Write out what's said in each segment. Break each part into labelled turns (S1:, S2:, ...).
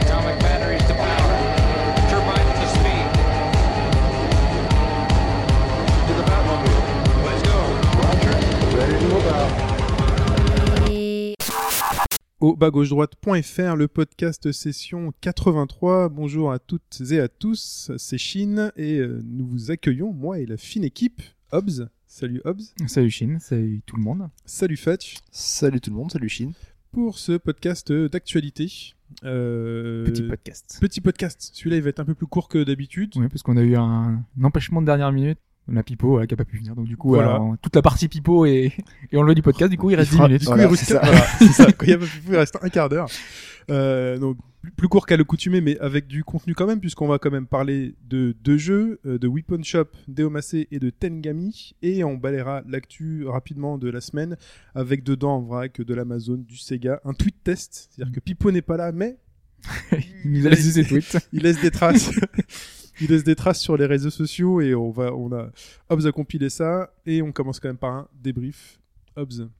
S1: Atomic batteries to power. Turbines to speed. To the Batmobile. Let's go.
S2: I-
S3: au bas-gauche-droite.fr, le podcast session 83. Bonjour à toutes et à tous, c'est Chine et euh, nous vous accueillons, moi et la fine équipe, Hobbs. Salut Hobbs,
S4: Salut Chine, salut tout le monde.
S3: salut Fatch,
S5: Salut tout le monde, salut Chine.
S3: pour ce podcast euh, d'actualité. Euh,
S4: Petit podcast.
S3: petit podcast, celui-là il va être un peu plus court que d'habitude.
S4: Oui, parce qu'on a eu un, un empêchement de dernière minute. On a Pipo euh, qui a pas pu venir, donc du coup,
S3: Voilà.
S4: alors, toute la partie Pipo et, et on le du podcast, du coup, il reste 10
S3: fera-
S4: minutes.
S3: Du coup,
S5: Voilà,
S3: il, reste
S5: c'est
S3: qu'un-
S5: ça.
S3: voilà, c'est ça. Quand il y a pas plus, il reste un quart d'heure. Euh, donc, plus- plus court qu'à l'accoutumée, mais avec du contenu quand même, puisqu'on va quand même parler de deux jeux, euh, de Weapon Shop, d'Eomacé et de Tengami. Et on balayera l'actu rapidement de la semaine, avec dedans en vrac de l'Amazon, du Sega, un tweet test. C'est-à-dire que Pipo n'est pas là, mais
S4: Il nous a laissé ses tweets.
S3: il laisse des traces. Il laisse des traces sur les réseaux sociaux et on va, on a, Hobbs a compilé ça et on commence quand même par un débrief. Hobbs.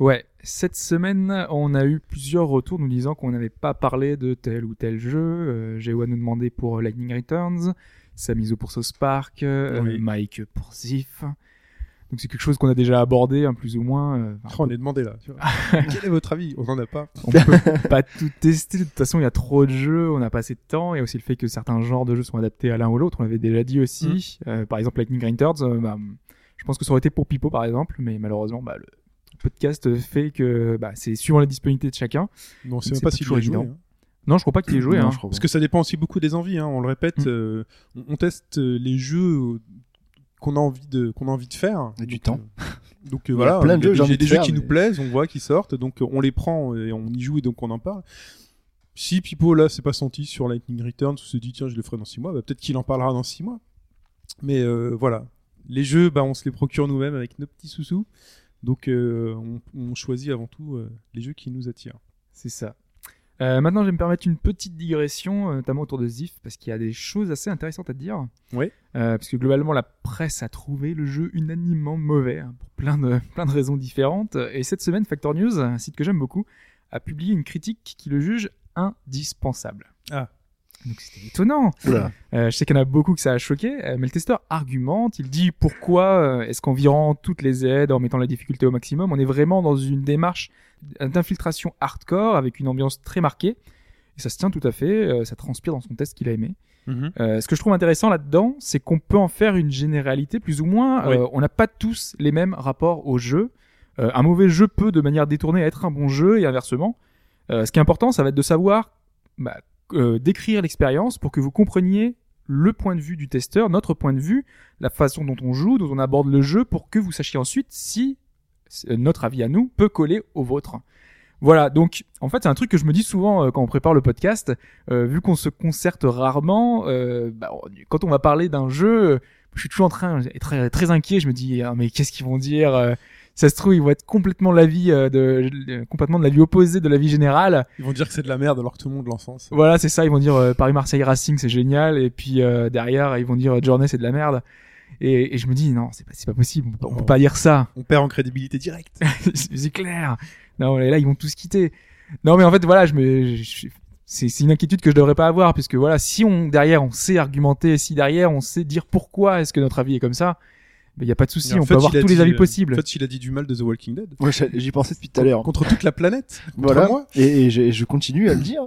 S4: Ouais, cette semaine, on a eu plusieurs retours nous disant qu'on n'avait pas parlé de tel ou tel jeu. Euh, Jewa nous demandait pour euh, Lightning Returns, Samizo pour South Park, euh,
S3: Oui.
S4: Mike pour Zif. Donc c'est quelque chose qu'on a déjà abordé, hein, plus ou moins. euh,
S3: Oh, on est demandé là. tu vois. Quel est votre avis On n'en a pas.
S4: On peut pas tout tester. De toute façon, il y a trop de jeux, on n'a pas assez de temps. Il y a aussi le fait que certains genres de jeux sont adaptés à l'un ou l'autre. On l'avait déjà dit aussi.
S5: Mm.
S4: Euh, par exemple, Lightning Returns, euh, bah, je pense que ça aurait été pour Pipo, par exemple, mais malheureusement, bah, le podcast fait que bah, c'est suivant la disponibilité de chacun.
S3: Non, on
S4: Donc,
S3: sait même
S4: c'est pas
S3: pas s'il
S4: toujours
S3: est joué.
S4: évident.
S3: hein.
S4: Non, je crois pas qu'il ait joué.
S5: Non,
S4: hein.
S5: je crois pas.
S3: Parce que ça dépend aussi beaucoup des envies. hein, On le répète,
S4: Mm.
S3: euh, on, on teste euh, les jeux qu'on a envie de qu'on a envie de faire.
S5: Et du
S3: Donc,
S5: temps.
S3: euh, donc euh,
S5: Il y a
S3: voilà,
S5: plein de
S3: il y a des-
S5: jeux que j'ai envie
S3: des
S5: de
S3: jeux
S5: faire,
S3: qui
S5: mais-
S3: nous plaisent, on voit qui sortent, donc euh, on les prend et on y joue et donc on en parle. Si Pipo là s'est pas senti sur Lightning Returns ou se dit tiens je le ferai dans 6 mois, bah, peut-être qu'il en parlera dans 6 mois. Mais euh, voilà, les jeux bah, on se les procure nous-mêmes avec nos petits sous-sous. Donc euh, on, on choisit avant tout euh, les jeux qui nous attirent.
S4: C'est ça. Euh, maintenant, je vais me permettre une petite digression, euh, notamment autour de Zif, parce qu'il y a des choses assez intéressantes à te dire.
S3: Oui.
S4: Euh, parce que globalement, la presse a trouvé le jeu unanimement mauvais, hein, pour plein de, plein de raisons différentes. Et cette semaine, Factor News, un site que j'aime beaucoup, a publié une critique qui le juge indispensable.
S3: Ah.
S4: Donc c'était étonnant.
S5: Oula.
S4: Euh, je sais qu'il y en a beaucoup que ça a choqué, euh, mais le testeur argumente, il dit pourquoi euh, est-ce qu'en virant toutes les aides, en mettant la difficulté au maximum, on est vraiment dans une démarche d'infiltration hardcore avec une ambiance très marquée. Et ça se tient tout à fait, euh, ça transpire dans son test qu'il a aimé. Euh, ce que je trouve intéressant là-dedans, c'est qu'on peut en faire une généralité, plus ou moins.
S3: Oui.
S4: Euh, on n'a pas tous les mêmes rapports au jeu. Euh, un mauvais jeu peut, de manière détournée, être un bon jeu et inversement. Euh, ce qui est important, ça va être de savoir bah, euh, décrire l'expérience pour que vous compreniez le point de vue du testeur, notre point de vue, la façon dont on joue, dont on aborde le jeu, pour que vous sachiez ensuite si euh, notre avis à nous peut coller au vôtre. Voilà, donc en fait c'est un truc que je me dis souvent euh, quand on prépare le podcast, euh, vu qu'on se concerte rarement, euh, bah, on- quand on va parler d'un jeu, euh, je suis toujours en train d'être très, très inquiet, je me dis ah, mais qu'est-ce qu'ils vont dire euh, si ça se trouve, ils vont être complètement de l'avis euh, de, euh, complètement de l'avis opposé de l'avis général.
S3: Ils vont dire que c'est de la merde alors que tout le monde l'encense.
S4: Voilà, c'est ça. Ils vont dire euh, Paris-Marseille Racing, c'est génial. Et puis euh, derrière, ils vont dire euh, Journée, c'est de la merde. Et, et je me dis non, c'est pas, c'est pas possible. On, peut- on peut pas dire ça.
S3: On perd en crédibilité directe.
S4: c'est clair. Non, et là, ils vont tous quitter. Non, mais en fait, voilà, je me, je- je- c'est, c'est une inquiétude que je devrais pas avoir, puisque voilà, si on, derrière, on sait argumenter, si derrière, on sait dire pourquoi est-ce que notre avis est comme ça, il n'y a pas de souci,
S3: En
S4: on
S3: fait,
S4: peut avoir
S3: il a
S4: tous les
S3: dit,
S4: avis
S3: euh,
S4: possibles.
S3: En fait, il a dit du mal de The Walking Dead.
S5: Moi, j'a- j'y pensais depuis tout à l'heure.
S3: Contre toute la planète.
S5: Voilà.
S3: moi.
S5: Et, et je, je continue à le dire.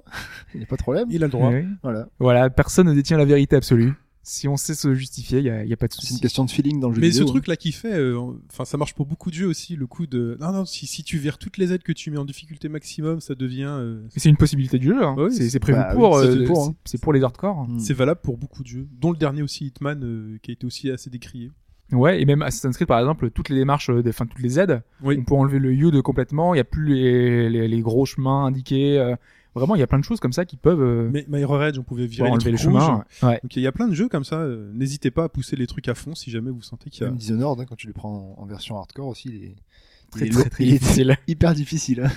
S5: Il n'y a pas de problème.
S3: Il a le droit.
S4: Oui.
S5: Voilà.
S4: Voilà, personne ne détient la vérité absolue. Si on sait se justifier, il n'y a, y a pas de
S5: C'est une
S4: souci.
S5: question de feeling dans le jeu
S3: Mais ce
S5: vidéo. hein.
S3: truc là qui fait, euh, enfin ça marche pour beaucoup de jeux aussi, le coup de non non si, si tu vires toutes les aides que tu mets en difficulté maximum, ça devient euh,
S4: Mais C'est une possibilité du jeu, hein.
S3: Oui,
S4: c'est,
S3: c'est-
S4: c'est prévu
S5: bah oui,
S4: pour,
S5: c'est
S4: euh,
S5: fait pour,
S4: c'est-
S5: hein.
S4: c'est pour les hardcore.
S5: Hmm.
S3: c'est valable pour beaucoup de jeux, dont le dernier aussi Hitman euh, qui a été aussi assez décrié.
S4: Ouais, et même Assassin's Creed par exemple, toutes les démarches, euh, des- enfin toutes les aides,
S3: Oui.
S4: on peut enlever le you de complètement, il n'y a plus les, les, les gros chemins indiqués. euh, vraiment, il y a plein de choses comme ça qui peuvent euh,
S3: Mais My Hero Edge, on pouvait virer
S4: pouvoir
S3: les
S4: enlever les
S3: trucs rouges.
S4: chemins. Ouais.
S3: Donc il y a plein de jeux comme ça. euh, N'hésitez pas à pousser les trucs à fond si jamais vous sentez qu'il y a.
S5: Même Dishonored, hein, quand tu le prends en, en version hardcore aussi, il est
S4: Très,
S5: il est
S4: très,
S5: lo-
S4: très
S5: il est
S4: difficile.
S5: hyper difficile. hein.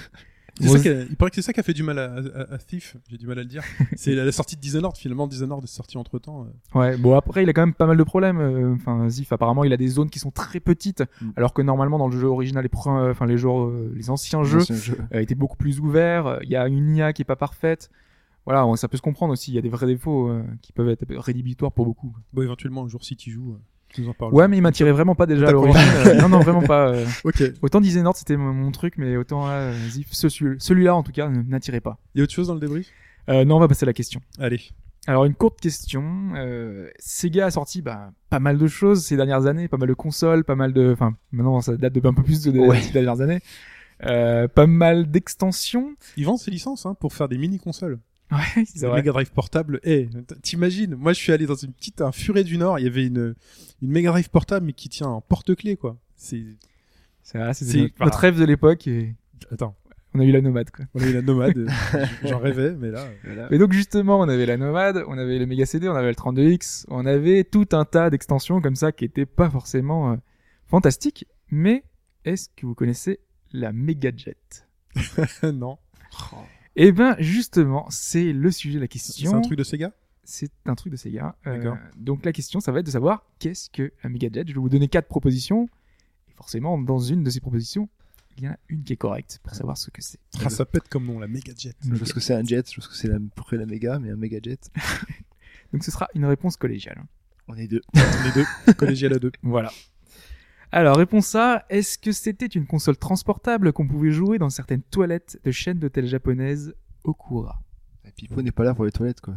S3: C'est ça
S4: Vous-
S3: qui a- il paraît que c'est ça qui a fait du mal à, à- à Thief, j'ai du mal à le dire. C'est la, la sortie de Dishonored, finalement. Dishonored est sorti Euh, entre temps.
S4: Ouais, bon après il a quand même pas mal de problèmes. euh, Enfin, Zif apparemment il a des zones qui sont très petites,
S5: Mm.
S4: alors que normalement dans le jeu original, les, pre- euh, enfin les jeux, euh, les anciens jeux
S5: C'est un jeu.
S4: euh, étaient beaucoup plus ouverts. euh, Il y a une IA qui est pas parfaite. Voilà, on- ça peut se comprendre aussi. Il y a des vrais défauts euh, qui peuvent être rédhibitoires pour beaucoup.
S3: Bon, éventuellement, un jour, si tu joues, euh, tu nous en parles.
S4: Ouais, mais il m'attirait vraiment pas déjà à
S3: D'accord.
S4: l'origine. euh, non, non, vraiment pas. euh.
S3: Ok. Il
S4: Autant Dishonored c'était mon- mon truc, mais autant là, euh, Zif, ce- celui-là en tout cas, ne- n'attirait pas.
S3: y a autre chose dans le débrief
S4: Euh, non, on va passer à la question.
S3: Allez.
S4: Alors une courte question. Euh, Sega a sorti bah, pas mal de choses ces dernières années, pas mal de consoles, pas mal de, enfin maintenant ça date de un peu plus de
S5: Ouais.
S4: ces dernières années, Euh, pas mal d'extensions.
S3: Ils vendent ces licences hein, pour faire des mini-consoles.
S4: Ouais, c'est
S3: Le
S4: vrai.
S3: Mega Drive portable. Eh, t- t'imagines Moi, je suis allé dans une petite un furet du Nord. Il y avait une une Mega Drive portable mais qui tient en porte-clés quoi. C'est
S4: C'est vrai, c'était
S3: C'est-
S4: notre, notre rêve de l'époque et
S3: attends,
S4: on a eu la nomade quoi.
S3: on a eu la nomade. euh, J'en rêvais, mais là. euh,
S5: Voilà.
S4: Et donc justement, on avait la nomade, on avait le Mega CD, on avait le 32X, on avait tout un tas d'extensions comme ça qui étaient pas forcément euh, fantastiques. Mais est-ce que vous connaissez la Mega Jet
S3: euh, non.
S4: Eh ben justement, c'est le sujet de la
S3: C'est
S4: question.
S3: un truc de Sega.
S4: c'est un truc de Sega. Euh,
S3: D'accord.
S4: donc la question, ça va être de savoir qu'est-ce que un Mega Jet. Je vais vous donner quatre propositions. Et forcément, dans une de ces propositions, il y en a une qui est correcte pour savoir ce que c'est.
S3: Ah, ça pète comme nom la Mega Jet.
S5: Je pense que c'est un jet, je pense que c'est la- à peu près la méga, mais un méga jet.
S4: Donc ce sera une réponse collégiale.
S5: On est deux.
S3: Les deux collégial à deux.
S4: Voilà. Alors, réponse A, est-ce que c'était une console transportable qu'on pouvait jouer dans certaines toilettes de chaînes d'hôtels japonaises Okura
S5: Et Pipo n'est pas là pour les toilettes, quoi.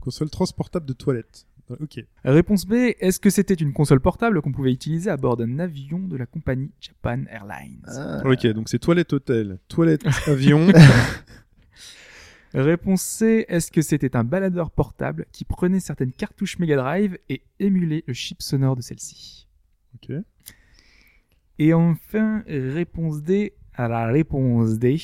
S3: Console transportable de toilette. Euh, Ok.
S4: Réponse B, est-ce que c'était une console portable qu'on pouvait utiliser à bord d'un avion de la compagnie Japan Airlines
S5: Ah,
S3: Ok. Donc c'est toilette hôtel, toilette avion.
S4: Réponse C, est-ce que c'était un baladeur portable qui prenait certaines cartouches Mega Drive et émulait le chip sonore de celle-ci
S3: Ok.
S4: Et enfin, réponse D, à la réponse D,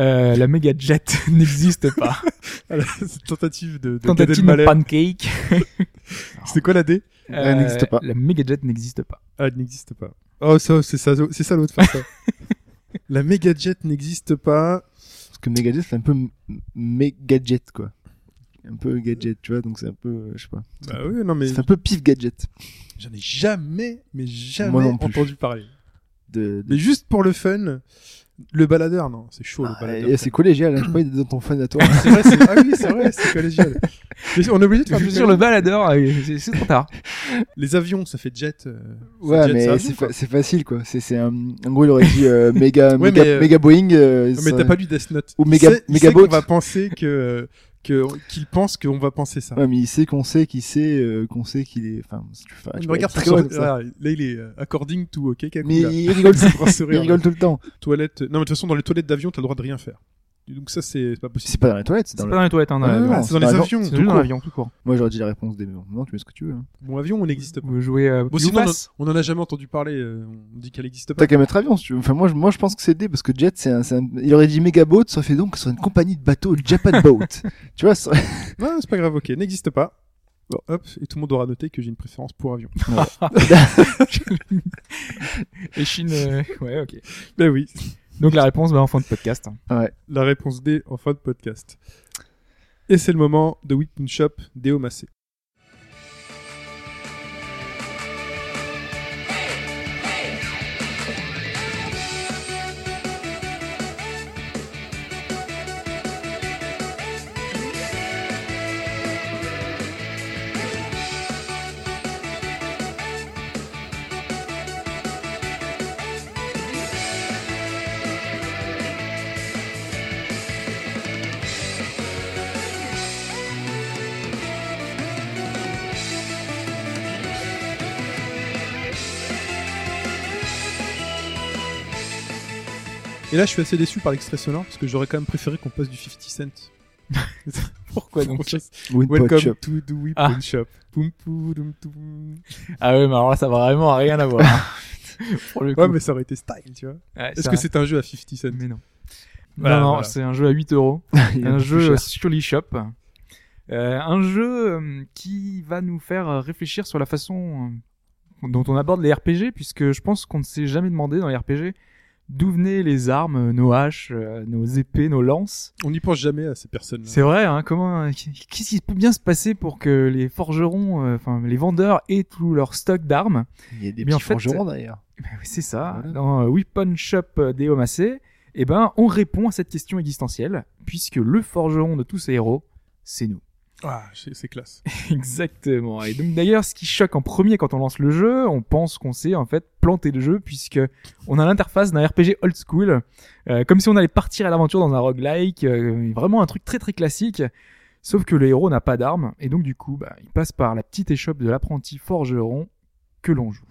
S4: euh, la Mega Jet n'existe pas.
S3: Ah, là, cette tentative de, de
S4: Tentative
S3: Gadel Mallet.
S4: de pancake. Euh,
S3: C'était quoi la D
S5: Elle n'existe pas.
S4: La Mega Jet n'existe pas.
S3: Ah, elle n'existe pas. Oh, ça, c'est ça, c'est ça l'autre faire ça. La méga jet n'existe pas.
S5: Parce que méga jet, c'est un peu m- m- gadget, quoi. Un peu gadget, tu vois, donc c'est un peu, euh, je sais pas.
S3: Bah oui, non mais
S5: C'est un peu pif gadget.
S3: j'en ai jamais, mais jamais
S5: Moi non plus.
S3: entendu parler.
S5: De, de-
S3: Mais juste pour le fun, le baladeur, non, c'est chaud le
S5: Ah,
S3: baladeur.
S5: et c'est collégial, hein, je crois qu'il est dans ton fan à toi.
S3: C'est vrai, c'est- ah oui, c'est vrai, c'est collégial. Mais on est obligé de faire du
S4: Sur le baladeur, euh, c'est c'est trop tard.
S3: Les avions, ça fait jet. euh,
S5: Ouais,
S3: jet, ça
S5: mais
S3: va,
S5: c'est
S3: quoi.
S5: fa- c'est facile, quoi. C'est c'est un... En gros, il aurait dit euh, méga,
S3: Ouais,
S5: méga,
S3: mais, euh,
S5: méga Boeing. euh,
S3: Non, mais
S5: ça-
S3: t'as pas lu Death Note.
S5: Ou
S3: Il
S5: méga-
S3: sait- il sait
S5: mégabot.
S3: qu'on va penser que que- qu'il pense qu'on va penser ça.
S5: Ouais, mais il sait qu'on sait qu'il sait euh, qu'on sait qu'il est. Enfin, si tu fais- Ah, je sais
S3: Il
S5: pas,
S3: regarde
S5: très
S3: son
S5: loin,
S3: sourire,
S5: ça.
S3: là, là, il est euh, according to OK Kakula.
S5: Mais il rigole, tout-
S3: Un sourire,
S5: il rigole tout le temps.
S3: toilette. Non, mais de toute façon, dans les toilettes d'avion, t'as le droit de rien faire. Donc ça, c'est pas possible.
S5: C'est pas dans les toilettes, c'est
S4: C'est
S5: dans
S4: pas
S5: le.
S4: dans les toilettes, hein, dans
S5: Ah,
S4: l'avion.
S5: non,
S3: c'est dans les
S5: pas
S3: avions.
S4: C'est
S3: tout
S4: juste dans
S3: court.
S4: l'avion, tout court.
S5: Moi, j'aurais dit la réponse des. Non, non, tu mets ce que tu veux. hein.
S3: Mon avion, on n'existe pas.
S4: Vous jouez euh,
S3: Bon,
S4: You
S3: sinon,
S4: Pass
S3: on n'en a jamais entendu parler. euh, On dit qu'elle n'existe pas.
S5: T'as qu'à mettre avion, si tu veux. Enfin, moi, je, moi, je pense que c'est D parce que Jet, c'est un, c'est un- Il aurait dit Megaboat, ça fait donc sur une compagnie de bateaux, Japan Boat. tu vois, ça-
S3: Non, c'est pas grave. Ok, n'existe pas. Bon, hop, et tout le monde aura noté que j'ai une préférence pour avion.
S4: et Chine. euh, Ouais, ok.
S3: ben oui,
S4: Donc la réponse, bah, en fin de podcast. hein.
S3: la réponse D en fin de podcast. Et c'est le moment de Whip Shop Déo Massé. Et là, je suis assez déçu par l'extrait sonore parce que j'aurais quand même préféré qu'on passe du 50 Cent. Pourquoi
S4: donc
S5: Ou une pot shop.
S3: Welcome to the Whip
S4: Ah.
S3: Shop. Poum, poudoum, toum.
S4: Ah ouais, mais alors là, ça va vraiment rien à voir. hein. Pour le coup.
S3: Ouais, mais ça aurait été style, tu vois.
S4: Ouais,
S3: Est-ce
S4: ça-
S3: que c'est un jeu à 50 Cent
S4: Mais non.
S3: Voilà,
S4: non, non,
S3: voilà.
S4: c'est un jeu à 8 euros.
S5: Il est
S4: un
S5: plus
S4: jeu
S5: cher.
S4: sur l'eShop. Euh, un jeu euh, qui va nous faire euh, réfléchir sur la façon euh, dont on aborde les RPG, puisque je pense qu'on ne s'est jamais demandé dans les RPG d'où venaient les armes, nos haches, euh, nos épées, nos lances.
S3: On n'y pense jamais à ces personnes-là.
S4: C'est vrai, hein, comment, qu'est-ce qui peut bien se passer pour que les forgerons, euh, enfin les vendeurs aient tout leur stock d'armes
S5: Il y a des
S4: euh, Mais en
S5: petits
S4: fait,
S5: forgerons d'ailleurs.
S4: Ben oui, C'est ça,
S5: Voilà.
S4: dans euh, Weapon Shop euh, des Homacé, eh ben, on répond à cette question existentielle, puisque le forgeron de tous ces héros, c'est nous.
S3: Ah, c'est c'est classe.
S4: Exactement. Et donc d'ailleurs, ce qui choque en premier quand on lance le jeu, on pense qu'on s'est en fait planté de jeu puisque on a l'interface d'un RPG old school, euh, comme si on allait partir à l'aventure dans un roguelike, euh, vraiment un truc très très classique. Sauf que le héros n'a pas d'armes et donc du coup, bah, il passe par la petite échoppe de l'apprenti forgeron que l'on joue.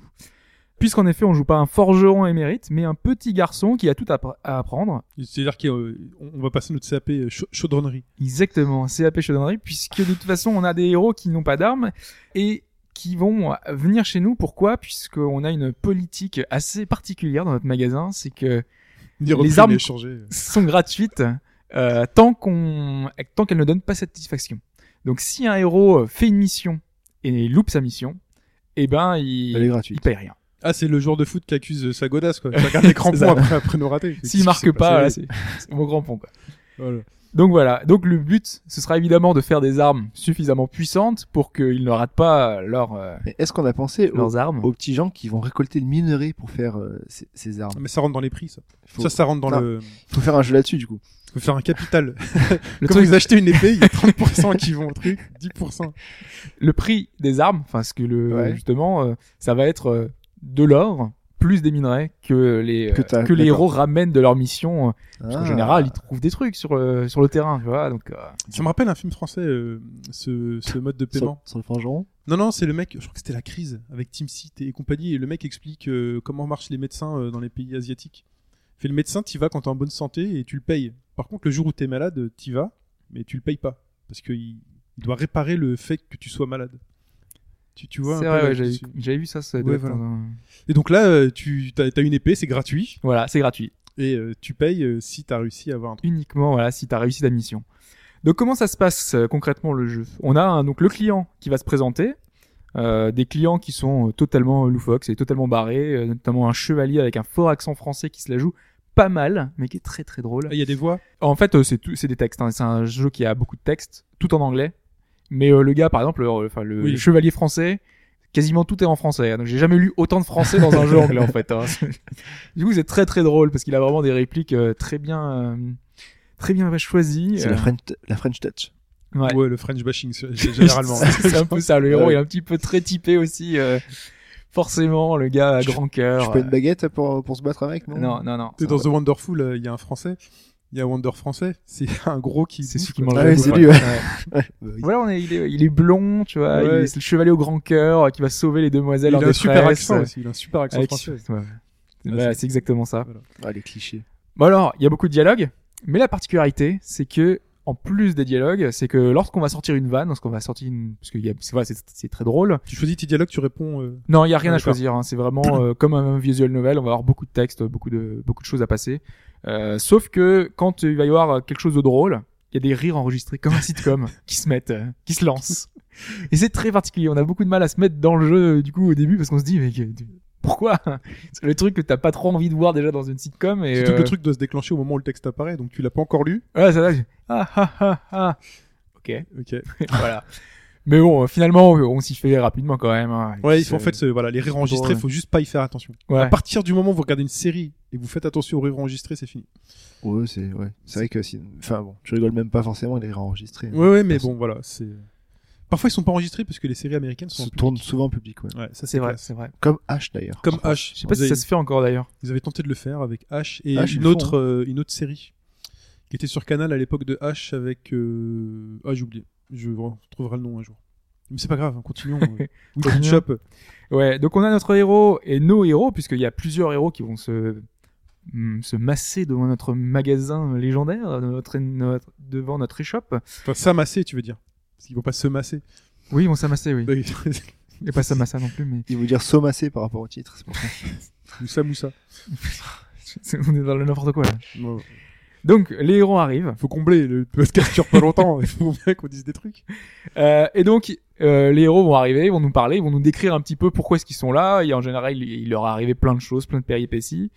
S4: Puisqu'en effet, on joue pas un forgeron émérite, mais un petit garçon qui a tout à appre- à apprendre
S3: C'est-à-dire qu'on on va passer notre CAP cha- euh, chaudronnerie.
S4: Exactement, CAP Chaudronnerie, puisque de toute façon, on a des héros qui n'ont pas d'armes et qui vont venir chez nous. Pourquoi Puisqu'on a une politique assez particulière dans notre magasin, c'est que
S3: Ni repris,
S4: armes-
S3: ni échangé.
S4: sont gratuites euh, tant qu'on tant qu'elles ne donnent pas satisfaction. Donc si un héros fait une mission et loupe sa mission, eh ben
S5: Elle est
S4: il, il
S5: gratuite.
S4: paye rien.
S3: Ah, c'est le joueur de foot qui accuse euh, sa godasse, quoi. Ça regarde les crampons
S4: ça.
S3: après, après nos ratés. Qu'est-ce
S4: S'il
S3: qui
S4: marque
S3: s'est
S4: pas, voilà,
S3: passé
S4: c'est c'est mon grand pont. quoi.
S3: Voilà.
S4: Donc voilà, donc le but, ce sera évidemment de faire des armes suffisamment puissantes pour qu'ils ne ratent pas leur, euh,
S5: Mais est-ce qu'on a pensé aux,
S4: leurs armes.
S5: aux petits gens qui vont récolter le minerai pour faire euh, ces, ces armes
S3: Mais ça rentre dans les prix, ça.
S5: Faut,
S3: Ça, ça rentre dans
S4: Ah.
S5: Ça.
S3: le.
S5: faut faire un jeu là-dessus du coup.
S3: Faut faire un capital.
S4: Le,
S3: Quand
S4: truc,
S3: vous achetez une épée, il y a 30% qui vont au truc, 10%.
S4: le prix des armes, enfin ce que le
S5: Ouais.
S4: justement, euh, ça va être euh, de l'or plus des minerais que les euh,
S5: Que t'as-
S4: que, les
S5: d'accord.
S4: héros ramènent de leur mission. euh, parce qu'en
S5: Ah.
S4: général, ils trouvent des trucs sur euh, sur le terrain, tu vois. Donc euh,
S3: Ça me rappelle un film français, euh, ce, ce mode de
S5: sur,
S3: paiement.
S5: sur le forgeron.
S3: Non, non, c'est le mec, je crois que c'était la crise avec Team Seat et compagnie, et le mec explique euh, comment marchent les médecins euh, dans les pays asiatiques. Fait le médecin, t'y vas quand t'es en bonne santé et tu le payes. Par contre, le jour où t'es malade, euh, t'y vas, mais tu le payes pas. Parce qu'il il doit réparer le fait que tu sois malade. Tu, tu vois un
S4: c'est
S3: peu
S4: vrai,
S3: la-
S4: ouais, j'avais j'avais vu ça. ça doit
S3: Ouais,
S4: être
S3: voilà.
S4: dans un-
S3: Et donc là, euh, tu as, une épée, c'est gratuit,
S4: voilà, c'est gratuit.
S3: et euh, tu payes euh, si t'as réussi à avoir un truc.
S4: uniquement voilà si t'as réussi ta mission. Donc comment ça se passe euh, concrètement le jeu On a un- donc le client qui va se présenter, euh, des clients qui sont euh, totalement loufoques, c'est totalement barrés, euh, notamment un chevalier avec un fort accent français qui se la joue pas mal, mais qui est très très drôle.
S3: Ah, Il y a des voix.
S4: En fait, euh, c'est tout- c'est des textes. hein. C'est un jeu qui a beaucoup de textes, tout en anglais. Mais euh, le gars, par exemple, euh, enfin le,
S3: Oui.
S4: le chevalier français, quasiment tout est en français. hein. Donc j'ai jamais lu autant de français dans un jeu anglais en fait. hein. du coup, c'est très très drôle parce qu'il a vraiment des répliques euh, très bien, euh, très bien choisies.
S5: C'est
S4: Euh,
S5: la French, la French Touch.
S4: Ouais.
S3: Ouais. le French bashing, c'est- généralement.
S4: c'est un peu ça. Le
S5: Ah
S4: héros
S5: oui.
S4: est un petit peu très typé aussi. euh, forcément, le gars a
S5: Je-
S4: grand
S5: Je
S4: cœur. Euh,
S5: peux une baguette pour, pour se battre avec euh, non
S4: Non, non, non.
S3: T'es dans The Wonderful, euh, il y a un français. Il y a Wonder français. C'est un gros qui.
S4: C'est
S3: bouffe,
S4: celui qui
S3: quoi.
S4: mange
S5: Ah
S4: la
S5: ouais,
S4: bouffe,
S5: c'est
S4: ouais.
S5: lui, ouais.
S4: Ouais.
S5: Bah oui.
S4: Voilà, on est, il, est, il est blond, tu vois. il
S3: Ouais.
S4: est- C'est le chevalier au grand cœur euh, qui va sauver les demoiselles
S3: Il
S4: en
S3: a un
S4: détresse.
S3: super accent
S4: euh,
S3: aussi. Il a un super accent
S4: avec-
S3: français.
S4: ouais.
S3: Ah,
S4: Bah,
S3: c'est-
S4: c'est exactement ça.
S5: Ah, les clichés.
S4: Bon alors, il y a beaucoup de dialogues, mais la particularité, c'est que en plus des dialogues, c'est que lorsqu'on va sortir une vanne, lorsqu'on va sortir une, parce que il y a- c'est voilà, c'est- c'est très drôle.
S3: Tu choisis tes dialogues, tu réponds. euh,
S4: Non, il y a rien à
S3: D'accord.
S4: choisir. hein. C'est vraiment euh, comme un visual novel. On va avoir beaucoup de textes, beaucoup de beaucoup de choses à passer. Euh, sauf que quand il va y avoir quelque chose de drôle, il y a des rires enregistrés comme un sitcom qui se mettent, euh, qui se lancent. Et c'est très particulier. On a beaucoup de mal à se mettre dans le jeu euh, du coup au début parce qu'on se dit mais que- pourquoi C'est le truc que t'as pas trop envie de voir déjà dans une sitcom. Et
S3: Surtout que
S4: euh,
S3: le truc doit se déclencher au moment où le texte apparaît, donc tu l'as pas encore lu.
S4: ouais, ça va, je- ah ah ah ah. Ok,
S3: Ok.
S4: voilà. Mais bon, euh, finalement, on s'y fait rapidement quand même. hein.
S3: Ouais, il
S4: Puis,
S3: faut en
S4: euh,
S3: fait, ce- voilà, les rires enregistrés,
S4: drôle.
S3: faut juste pas y faire attention.
S4: ouais.
S3: À partir du moment où vous regardez une série et vous faites attention aux rires enregistrés, c'est fini.
S5: Ouais, c'est ouais. C'est vrai que si. Enfin bon, tu rigoles même pas forcément, il est réenregistré.
S3: Ouais, ouais, mais
S5: Parce-
S3: bon, voilà, c'est. euh, Parfois, ils sont pas enregistrés parce que les séries américaines
S5: Se
S3: sont.
S5: tourne souvent en public, ouais.
S3: Ouais, ça
S4: c'est vrai,
S3: classe.
S4: c'est vrai.
S5: Comme H d'ailleurs.
S3: Comme H.
S4: Je sais pas si ça se fait encore d'ailleurs.
S3: Ils avaient tenté de le faire avec H et
S5: H, ils
S3: une
S5: le
S3: autre
S5: font,
S3: euh, une autre série qui était sur Canal à l'époque de H avec euh... ah j'ai oublié je retrouverai le nom un jour mais c'est pas grave continuons euh, Weapon
S4: Continuons.
S3: Shop
S4: Ouais, donc on a notre héros et nos héros, puisqu'il y a plusieurs héros qui vont se, hmm, se masser devant notre magasin légendaire, devant notre, notre- devant notre échoppe.
S3: enfin s'amasser tu veux dire parce qu'ils vont pas se masser
S4: Oui, ils vont s'amasser, oui.
S3: Oui,
S4: Et pas s'amasser non plus, mais
S5: Ils vont dire somassé par rapport au titre. c'est pour ça.
S3: Moussa Moussa
S4: c'est- on est dans le n'importe quoi là.
S3: Bon,
S4: Donc les héros arrivent,
S3: faut combler le podcast dure pas longtemps il faut bien qu'on dise des trucs
S4: Euh, et donc euh, les héros vont arriver, ils vont nous parler, ils vont nous décrire un petit peu pourquoi est-ce qu'ils sont là, et en général il, il leur est arrivé plein de choses, plein de péripéties.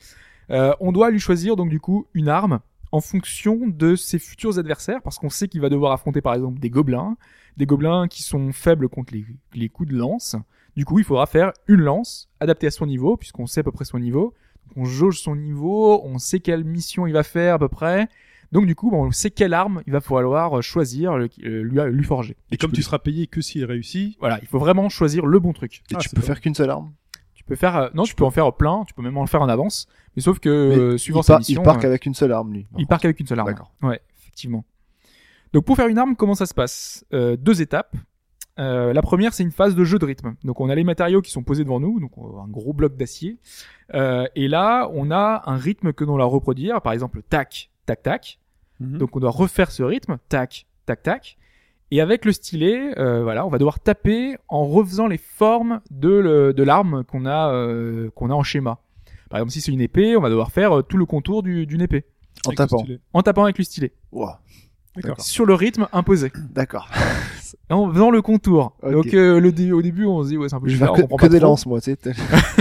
S4: Euh, on doit lui choisir donc du coup une arme en fonction de ses futurs adversaires, parce qu'on sait qu'il va devoir affronter par exemple des gobelins, des gobelins qui sont faibles contre les, les coups de lance. Du coup, il faudra faire une lance adaptée à son niveau, puisqu'on sait à peu près son niveau. Donc, on jauge son niveau, on sait quelle mission il va faire à peu près. Donc du coup, bon, on sait quelle arme il va falloir choisir, le- euh, lui, lui forger.
S3: Et comme tu seras payé que s'il réussit,
S4: Voilà, il faut vraiment choisir le bon truc.
S5: Et
S3: Ah,
S5: tu
S3: c'est
S5: peux
S3: pas-
S5: faire qu'une seule arme.
S4: Tu peux faire, euh, non, tu peux en faire plein, tu peux même en faire en avance, mais sauf que euh,
S5: Mais
S4: suivant
S5: il,
S4: sa
S5: part-
S4: mission,
S5: il part
S4: euh,
S5: qu'avec une seule arme, lui.
S4: il part qu'avec une seule arme.
S5: D'accord.
S4: Ouais, effectivement. Donc pour faire une arme, comment ça se passe Euh, Deux étapes. Euh, la première, c'est une phase de jeu de rythme. Donc on a les matériaux qui sont posés devant nous, donc on a un gros bloc d'acier. Euh, et là, on a un rythme que l'on doit reproduire, par exemple tac, tac, tac.
S3: donc
S4: Donc on doit refaire ce rythme, tac, tac, tac. Et avec le stylet, euh, voilà, on va devoir taper en refaisant les formes de, le- de l'arme qu'on a, euh, qu'on a en schéma. Par exemple, si c'est une épée, on va devoir faire euh, tout le contour du- d'une épée
S5: En tapant.
S4: en tapant avec le stylet
S5: Ouah,
S3: D'accord.
S4: sur le rythme imposé,
S5: D'accord.
S4: en faisant le contour.
S5: Ok.
S4: Donc euh, le dé- au début, on se dit ouais c'est un peu
S5: Je vais
S4: bizarre,
S5: faire
S4: on
S5: que,
S4: comprend
S5: que
S4: pas
S5: des
S4: trop.
S5: lances, moi, tu sais.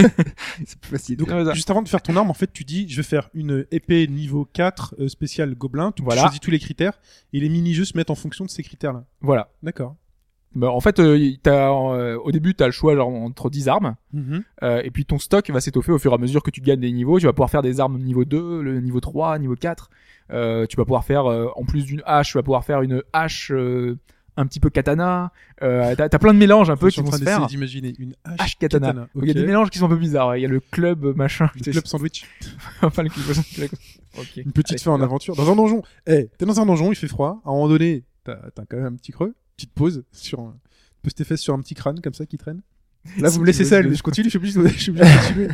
S5: c'est plus facile.
S3: Donc,
S4: Ouais, ça.
S3: juste avant de faire ton arme, en fait, tu dis je vais faire une épée niveau 4 euh, spéciale gobelin. Tu
S4: Voilà.
S3: choisis tous les critères et les mini-jeux se mettent en fonction de ces critères-là.
S4: Voilà.
S3: D'accord.
S4: Bah, en fait, euh, y- t'as, euh, au début, tu as le choix genre, entre 10 armes. Euh, et puis ton stock va s'étoffer au fur et à mesure que tu gagnes des niveaux. Tu vas pouvoir faire des armes niveau 2, le niveau 3, niveau 4. Euh, tu vas pouvoir faire, euh, en plus d'une hache, tu vas pouvoir faire une hache euh, un petit peu katana. Euh, t'as, t'as plein de mélanges un peu
S3: Je
S4: qui
S3: suis en
S4: vont
S3: train
S4: se faire.
S3: d'essayer d'imaginer une hache
S4: Hache katana.
S3: katana.
S4: Il y a
S3: Ok.
S4: des mélanges qui sont un peu bizarres. ouais. Il y a le club euh, machin.
S3: Le club sandwich.
S4: Enfin, le club- Ok.
S3: Une petite
S4: Allez,
S3: fin en
S4: voilà.
S3: aventure. Dans un donjon. Eh, t'es dans un donjon, il fait froid. À un moment donné, t'as t'as quand même un petit creux. Petite pause sur un. Pose tes fesses sur un petit crâne comme ça qui traîne. Là, vous me laissez seul. Je continue, je suis obligé de je suis obligé de continuer.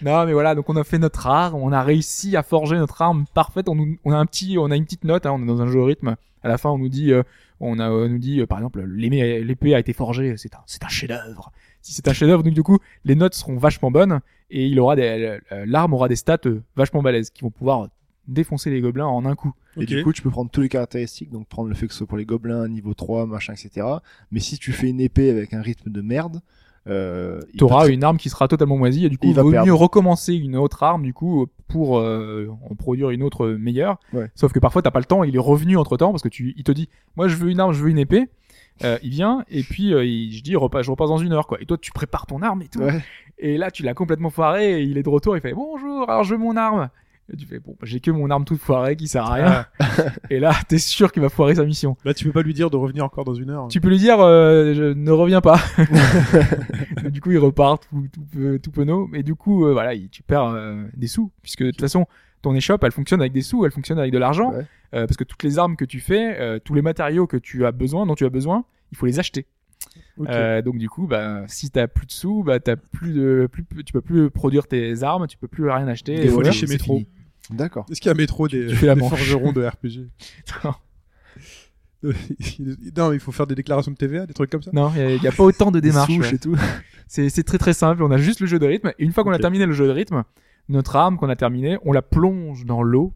S4: Non, mais voilà, donc on a fait notre arme, on a réussi à forger notre arme parfaite. On, nous- on a un petit, on a une petite note, hein, on est dans un jeu au rythme. À la fin, on nous dit, euh, on a, on nous dit, euh, par exemple, l'épée l'épée a été forgée, c'est un, c'est un chef-d'œuvre. Si c'est un chef-d'œuvre, donc du coup, les notes seront vachement bonnes et il aura des, euh, l'arme aura des stats euh, vachement balèzes qui vont pouvoir défoncer les gobelins en un coup.
S5: Et du coup, tu peux prendre tous les caractéristiques, donc prendre le fait que ce soit pour les gobelins, niveau 3, machin, etc. Mais si tu fais une épée avec un rythme de merde, euh, il
S4: T'auras
S5: peut-
S4: une arme qui sera totalement moisie et du coup,
S5: Il
S4: il
S5: va
S4: vaut
S5: perdre.
S4: mieux recommencer une autre arme du coup pour euh, en produire une autre meilleure.
S5: Ouais.
S4: Sauf que parfois t'as pas le temps, il est revenu entre temps parce que tu, il te dit, moi je veux une arme, je veux une épée. Euh, il vient et puis euh, il, je dis repas, je repasse dans une heure quoi. Et toi tu prépares ton arme et tout.
S5: Ouais.
S4: Et là tu l'as complètement foiré. Et il est de retour, il fait bonjour, alors je veux mon arme. Et tu fais bon, j'ai que mon arme toute foirée qui sert à rien.
S5: Ah.
S4: et là t'es sûr qu'il va foirer sa mission.
S3: Bah, tu peux pas lui dire de revenir encore dans une heure.
S4: Tu peux lui dire euh, je ne reviens pas. du coup, il repart tout, tout, peu- tout penaud. Mais du coup, euh, voilà, il- tu perds euh, des sous. Puisque de toute façon, ton échoppe, elle fonctionne avec des sous, elle fonctionne avec de l'argent.
S5: Ouais.
S4: Euh, parce que toutes les armes que tu fais, euh, tous les matériaux que tu as besoin, dont tu as besoin, il faut les acheter.
S3: Ok.
S4: Euh, donc du coup, bah, si t'as plus de sous, bah, t'as plus de, plus, tu peux plus produire tes armes, tu peux plus rien acheter.
S3: Des
S4: Et
S3: folies
S4: voilà.
S3: chez
S5: c'est
S3: Métro.
S5: fini. D'accord.
S3: Est-ce qu'il y a métro des,
S4: tu fais la
S3: des
S4: manche.
S3: forgerons de RPG Non, mais il faut faire des déclarations de TVA, des trucs comme ça.
S4: Non, il n'y a, pas autant de
S5: Des
S4: démarches.
S5: souches
S4: ouais.
S5: et tout.
S4: C'est c'est très très simple, on a juste le jeu de rythme, et une fois qu'on
S3: Ok.
S4: a terminé le jeu de rythme, notre arme qu'on a terminée, on la plonge dans l'eau,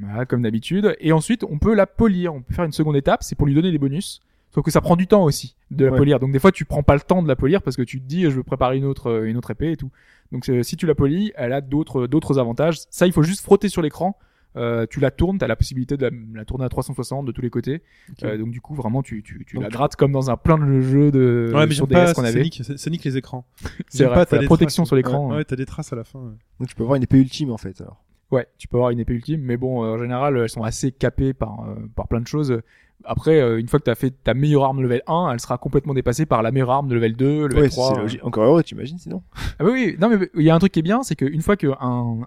S4: voilà, comme d'habitude, et ensuite on peut la polir, on peut faire une seconde étape, c'est pour lui donner des bonus, sauf que ça prend du temps aussi de la
S5: Ouais.
S4: polir, donc des fois tu prends pas le temps de la polir parce que tu te dis euh, je veux préparer une autre, euh, une autre épée et tout. Donc euh, si tu la polis, elle a d'autres d'autres avantages, ça il faut juste frotter sur l'écran, euh, tu la tournes, tu as la possibilité de la, la tourner à 360 de tous les côtés,
S3: Ok.
S4: Euh, donc du coup vraiment tu, tu, tu
S3: Donc,
S4: la
S3: tu-
S4: grattes comme dans un plein de jeu de
S3: ouais, mais
S4: sur
S3: j'aime
S4: DS
S3: pas,
S4: qu'on
S3: ça,
S4: avait.
S3: nique, ça- ça nique les écrans.
S4: C'est
S3: J'aime
S4: vrai,
S3: t'as
S4: la
S3: des
S4: protection
S3: traces.
S4: sur l'écran. hein.
S3: Ouais,
S4: ouais.
S3: ouais, t'as des traces à la fin. ouais.
S5: Donc tu peux avoir une épée ultime, en fait, alors.
S4: Ouais, tu peux avoir une épée ultime, mais bon, euh, en général, elles sont assez capées par, euh, par plein de choses. Après, euh, une fois que tu as fait ta meilleure arme level 1, elle sera complètement dépassée par la meilleure arme de level 2, level euh,
S5: Ouais,
S4: 3.
S5: c'est logique. Encore heureux, t'imagines, sinon.
S4: Ah bah oui, non mais il y a un truc qui est bien, c'est qu'une fois qu'un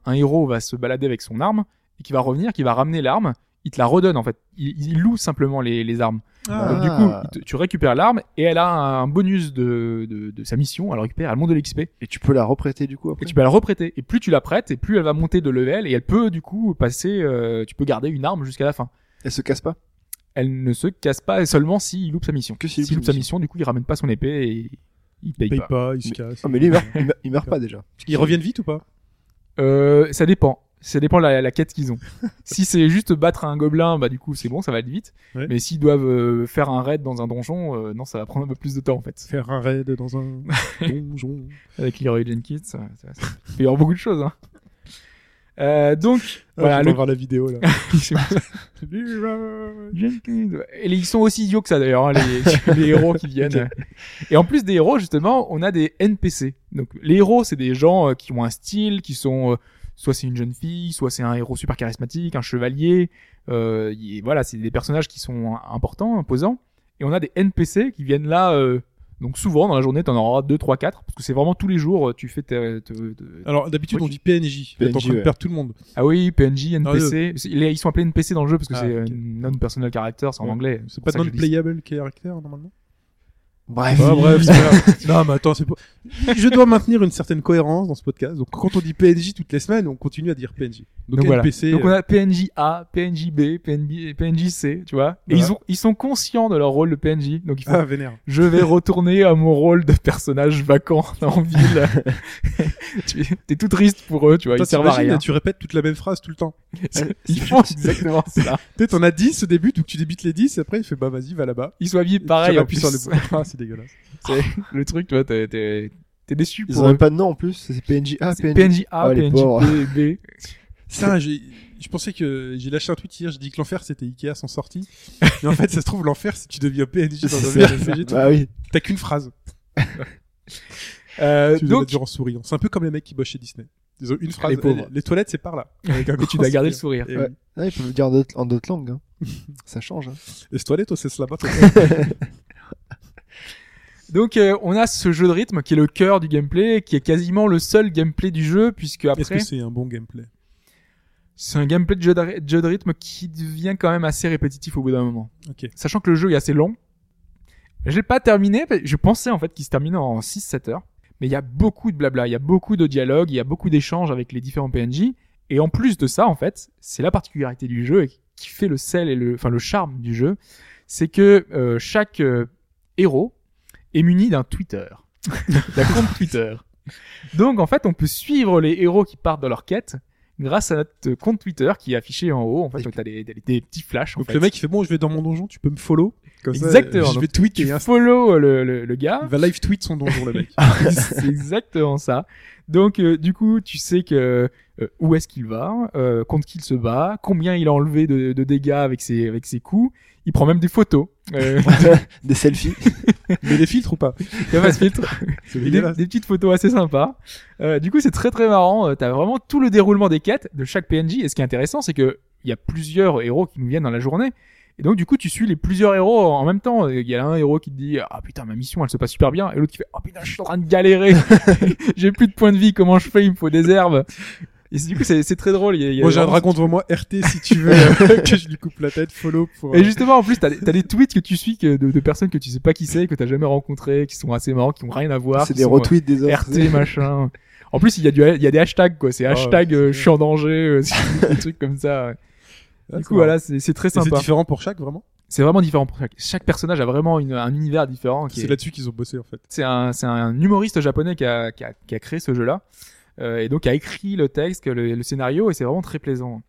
S4: un héros va se balader avec son arme, et qu'il va revenir, qu'il va ramener l'arme, il te la redonne en fait. Il, il loue simplement les, les armes.
S3: Bah,
S5: Ah.
S4: Donc, du coup, il te- tu récupères l'arme, et elle a un bonus de, de, de sa mission, elle récupère, elle monte de l'XP.
S5: Et tu peux la reprêter, du coup,
S4: Et
S5: après.
S4: tu peux la reprêter. Et plus tu la prêtes, et plus elle va monter de level, et elle peut du coup passer. euh, tu peux garder une arme jusqu'à la fin.
S5: Elle se casse pas.
S4: Elle ne se casse pas et seulement s'il loupe sa mission.
S5: Que s'il
S4: s'il loupe sa mission, du coup, il ramène pas son épée et il paye,
S3: il paye
S4: pas.
S3: pas, il se casse.
S5: Ah, mais lui, il meurt, il meurt- il meurt pas, déjà.
S3: Ils reviennent vite ou pas
S4: Euh, ça dépend. Ça dépend de la, la quête qu'ils ont. si c'est juste battre un gobelin, bah du coup c'est bon, ça va aller vite.
S3: Ouais.
S4: Mais s'ils doivent euh, faire un raid dans un donjon, euh, non, ça va prendre un peu plus de temps en fait.
S3: Faire un raid dans un donjon. Ah,
S4: Avec Leroy Jenkins, ça, ça, ça fait beaucoup de choses. Hein. Euh, donc, voilà,
S3: Ah,
S4: le-
S3: je vais voir la vidéo là.
S4: Jenkins. Et ils sont aussi idiots que ça d'ailleurs, hein, les, les héros qui viennent. Et en plus des héros, justement, on a des NPC. Donc les héros, c'est des gens euh, qui ont un style, qui sont euh, soit c'est une jeune fille, soit c'est un héros super charismatique, un chevalier. Euh, y- voilà, c'est des personnages qui sont euh, importants, imposants. Et on a des NPC qui viennent là. euh, donc souvent dans la journée, t'en auras 2, 3, 4, parce que c'est vraiment tous les jours, euh, tu fais... ta- ta- ta-
S3: Alors d'habitude
S4: Oui.
S3: on dit PNJ.
S5: PNJ,
S3: T'es en train de
S5: ouais.
S3: perdre tout le monde.
S4: Ah oui, PNJ,
S3: Non,
S4: NPC, C'est- les- ils sont appelés NPC dans le jeu, parce que
S3: Ah,
S4: c'est euh,
S3: ok.
S4: non-personal character, c'est en
S3: Ouais.
S4: anglais.
S3: C'est
S4: pour
S3: pas
S4: ça que je dis ça.
S3: non-playable character normalement.
S5: Bref.
S3: Ah, bref. c'est pas grave. non mais attends, c'est pas. Je dois maintenir une certaine cohérence dans ce podcast. Donc quand on dit PNJ toutes les semaines, on continue à dire PNJ. Donc,
S4: Donc, voilà.
S3: NPC.
S4: Donc
S3: euh,
S4: on a PNJ A, PNJ B, PNB, PNJ C, tu vois. Et
S3: Voilà.
S4: ils, ont, ils sont conscients de leur rôle de PNJ. Donc ils font,
S3: Ah vénère.
S4: je vais retourner à mon rôle de personnage vacant en ville. tu es tout triste pour eux, tu vois.
S3: Toi,
S4: ils servent à
S3: t'imagines,
S4: rien.
S3: tu répètes toute la même phrase tout le temps.
S4: ils font exactement ça.
S3: Tu sais, t'en as 10 au début, donc tu débites les 10, et après il fait bah vas-y, va là-bas.
S4: Ils sont habillés
S3: Et tu
S4: pareil. En
S3: appuies
S4: plus.
S3: sur le bouton. Ah, c'est dégueulasse.
S4: C'est le truc, tu vois, t'es, t'es, t'es déçu
S5: Ils
S4: pour
S5: n'ont
S4: eux.
S5: pas de nom en plus, c'est PNJ. Ah,
S4: C'est PNJ
S5: PNJ.
S4: A,
S5: Ah, les
S4: PNJ
S5: pauvres.
S4: B, B.
S3: Ça, j'ai- je pensais que j'ai lâché un tweet hier, je dis que l'enfer c'était Ikea sans sortie. Mais en fait, ça se trouve, l'enfer, c'est que tu deviens PNJ dans un RPG.
S5: Bah oui.
S3: T'as qu'une phrase.
S4: Euh,
S3: Tu dois
S4: donc,
S3: mettre genre en souriant. C'est un peu comme les mecs qui bossent chez Disney. Ils ont une phrase.
S4: Les pauvres.
S3: eh, Les, les toilettes, c'est par là. Avec un
S4: et tu
S3: grand
S4: dois garder le
S3: sourire.
S4: sourire.
S3: Et,
S5: Ouais. Ah, ils peuvent le dire en d'autres- en d'autres langues. hein. Ça change. hein.
S3: les toilettes, oh, c'est là-bas.
S4: Donc euh, on a ce jeu de rythme qui est le cœur du gameplay, qui est quasiment le seul gameplay du jeu, puisque
S3: Est-ce
S4: après
S3: que c'est un bon gameplay
S4: c'est un gameplay de jeu de, ry- de jeu de rythme qui devient quand même assez répétitif au bout d'un moment.
S3: Ok.
S4: Sachant que le jeu est assez long. Je l'ai pas terminé, parce que je pensais en fait qu'il se terminait en 6-7 heures. Mais il y a beaucoup de blabla, il y a beaucoup de dialogues, il y a beaucoup d'échanges avec les différents PNJ. Et en plus de ça, en fait, c'est la particularité du jeu et qui fait le sel et le, enfin, le charme du jeu, c'est que euh, chaque euh, héros est muni d'un Twitter, d'un compte Twitter. Donc en fait, on peut suivre les héros qui partent dans leur quête grâce à notre compte Twitter qui est affiché en haut. En fait,
S5: Et
S4: donc, t'as des, des, des petits flashs. en
S3: Donc
S4: fait.
S3: le mec, il fait bon, je vais dans mon donjon, tu peux me follow. Comme ça,
S4: Exactement.
S3: je vais
S4: Donc,
S3: tweet
S4: tu
S3: et un-
S4: follow euh, le, le, le gars.
S3: il va live tweet son donjon, le mec.
S4: c'est exactement ça. Donc, euh, du coup, tu sais que euh, où est-ce qu'il va, euh, contre qui il se bat, combien il a enlevé de, de dégâts avec ses, avec ses coups. Il prend même des photos. Euh,
S5: Des selfies.
S3: Mais les filtres ou pas
S4: il y a pas de filtre.
S3: C'est
S4: Et des,
S3: dégueulasse.
S4: des petites photos assez sympas. Euh, du coup, c'est très très marrant. Euh, T'as vraiment tout le déroulement des quêtes de chaque PNJ. Et ce qui est intéressant, c'est que il y a plusieurs héros qui nous viennent dans la journée. Et donc, du coup, tu suis les plusieurs héros en même temps. Il y a un héros qui te dit Ah putain, ma mission, elle se passe super bien. Et l'autre qui fait Ah putain, je suis en train de galérer. J'ai plus de points de vie. Comment je fais Il me faut des herbes. Et c'est- du coup, c'est c'est très drôle. Il y a- il y a
S3: Moi, j'ai un
S4: vraiment-
S3: dragon devant moi, RT si tu veux euh, que je lui coupe la tête, follow pour. euh,
S4: Et justement, en plus, t'as des, t'as des tweets que tu suis que de, de personnes que tu sais pas qui c'est, que t'as jamais rencontrées, qui sont assez marrants, qui ont rien à voir.
S5: C'est
S4: qui
S5: des
S4: sont, euh,
S5: retweets des autres.
S4: RT machin. En plus, il y a du, il y a des hashtags quoi. C'est hashtag euh, je suis en danger, euh, c'est des trucs comme ça. ouais.
S3: Oh, ah,
S4: du
S3: c'est
S4: coup,
S3: marrant.
S4: voilà, c'est c'est très
S3: Et C'est
S4: sympa.
S3: différent pour chaque, vraiment
S4: C'est vraiment différent pour chaque. Chaque personnage a vraiment une- un univers différent. qui
S3: C'est
S4: est-
S3: là-dessus qu'ils ont bossé, en fait.
S4: C'est un, c'est un humoriste japonais qui a, qui a, qui a créé ce jeu-là euh, et donc a écrit le texte, le, le scénario et c'est vraiment très plaisant.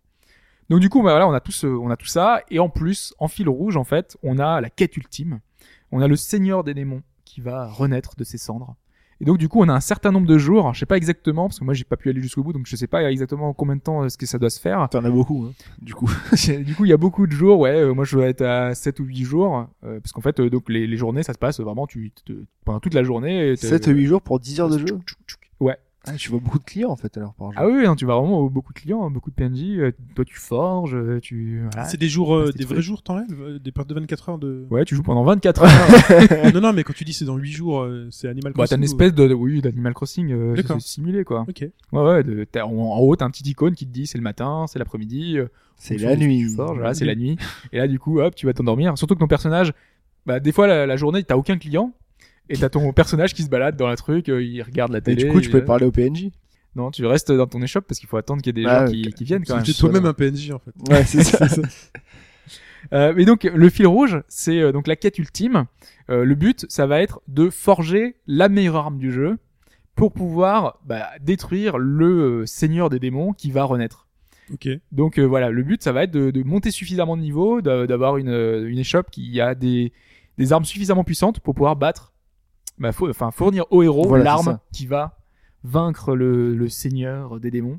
S4: Donc du coup, bah, voilà, on a tout ce- on a tout ça et en plus, en fil rouge en fait, on a la quête ultime. On a le Seigneur des démons qui va renaître de ses cendres. Et donc du coup, on a un certain nombre de jours. Alors, je sais pas exactement parce que moi j'ai pas pu aller jusqu'au bout, donc je sais pas exactement combien de temps est-ce que ça doit se faire.
S5: T'en as beaucoup, hein, du coup.
S4: du coup, il y a beaucoup de jours, ouais. euh, moi, je dois être à 7 ou 8 jours. euh, parce qu'en fait, euh, donc, les, les journées, ça se passe vraiment tu, te- pendant toute la journée. euh, t'es-
S5: 7 à 8 jours pour 10 heures de jeu.
S4: Ouais.
S5: Ah, tu vois beaucoup de clients en fait alors par jour.
S4: Ah oui, oui, non, tu vas vraiment au- beaucoup de clients, hein, beaucoup de PNJ. euh, toi, tu forges, euh, tu. voilà.
S3: C'est des jours, euh,
S4: Parce que
S3: des
S4: tu
S3: vrais
S4: fais-
S3: jours, t'enlèves euh, Des périodes de 24 heures de.
S4: Ouais, tu joues pendant 24 heures.
S3: non, non, mais quand tu dis c'est dans 8 jours, euh, c'est Animal
S4: bah, t'as
S3: Crossing.
S4: une
S3: ou-
S4: espèce de, oui, d'Animal Crossing euh, c'est-
S3: D'accord.
S4: c'est simulé, quoi.
S3: Ok.
S4: Ouais, ouais. de- t'as- en, en haut, t'as un petit icône qui te dit c'est le matin, c'est l'après-midi. euh,
S5: C'est
S4: fonction
S5: la
S4: de ce que
S5: nuit.
S4: tu forges, voilà, c'est la nuit. Et là, du coup, hop, tu vas t'endormir. Surtout que ton personnage, bah, des fois, la, la journée, t'as aucun client. Et t'as ton personnage qui se balade dans la truc, euh, il regarde la
S5: Et
S4: télé. euh.
S5: du coup, tu
S4: il-
S5: peux parler au PNJ.
S4: Non, tu restes dans ton échoppe parce qu'il faut attendre qu'il y ait des
S5: Ah,
S4: gens
S5: ok.
S4: qui, qui viennent quand même.
S3: Parce que t'es toi-même un PNJ, en fait.
S5: Ouais, c'est ça.
S4: Euh, mais donc le fil rouge, c'est euh, donc la quête ultime. Euh, le but, ça va être de forger la meilleure arme du jeu pour pouvoir bah, détruire le euh, seigneur des démons qui va renaître.
S3: Ok.
S4: Donc euh, voilà, le but, ça va être de, de monter suffisamment de niveau, d'a- d'avoir une, euh, une échoppe qui a des, des armes suffisamment puissantes pour pouvoir battre, bah, fou- enfin fournir au héros
S5: Voilà, c'est
S4: l'arme
S5: ça.
S4: qui va vaincre le, le seigneur des démons.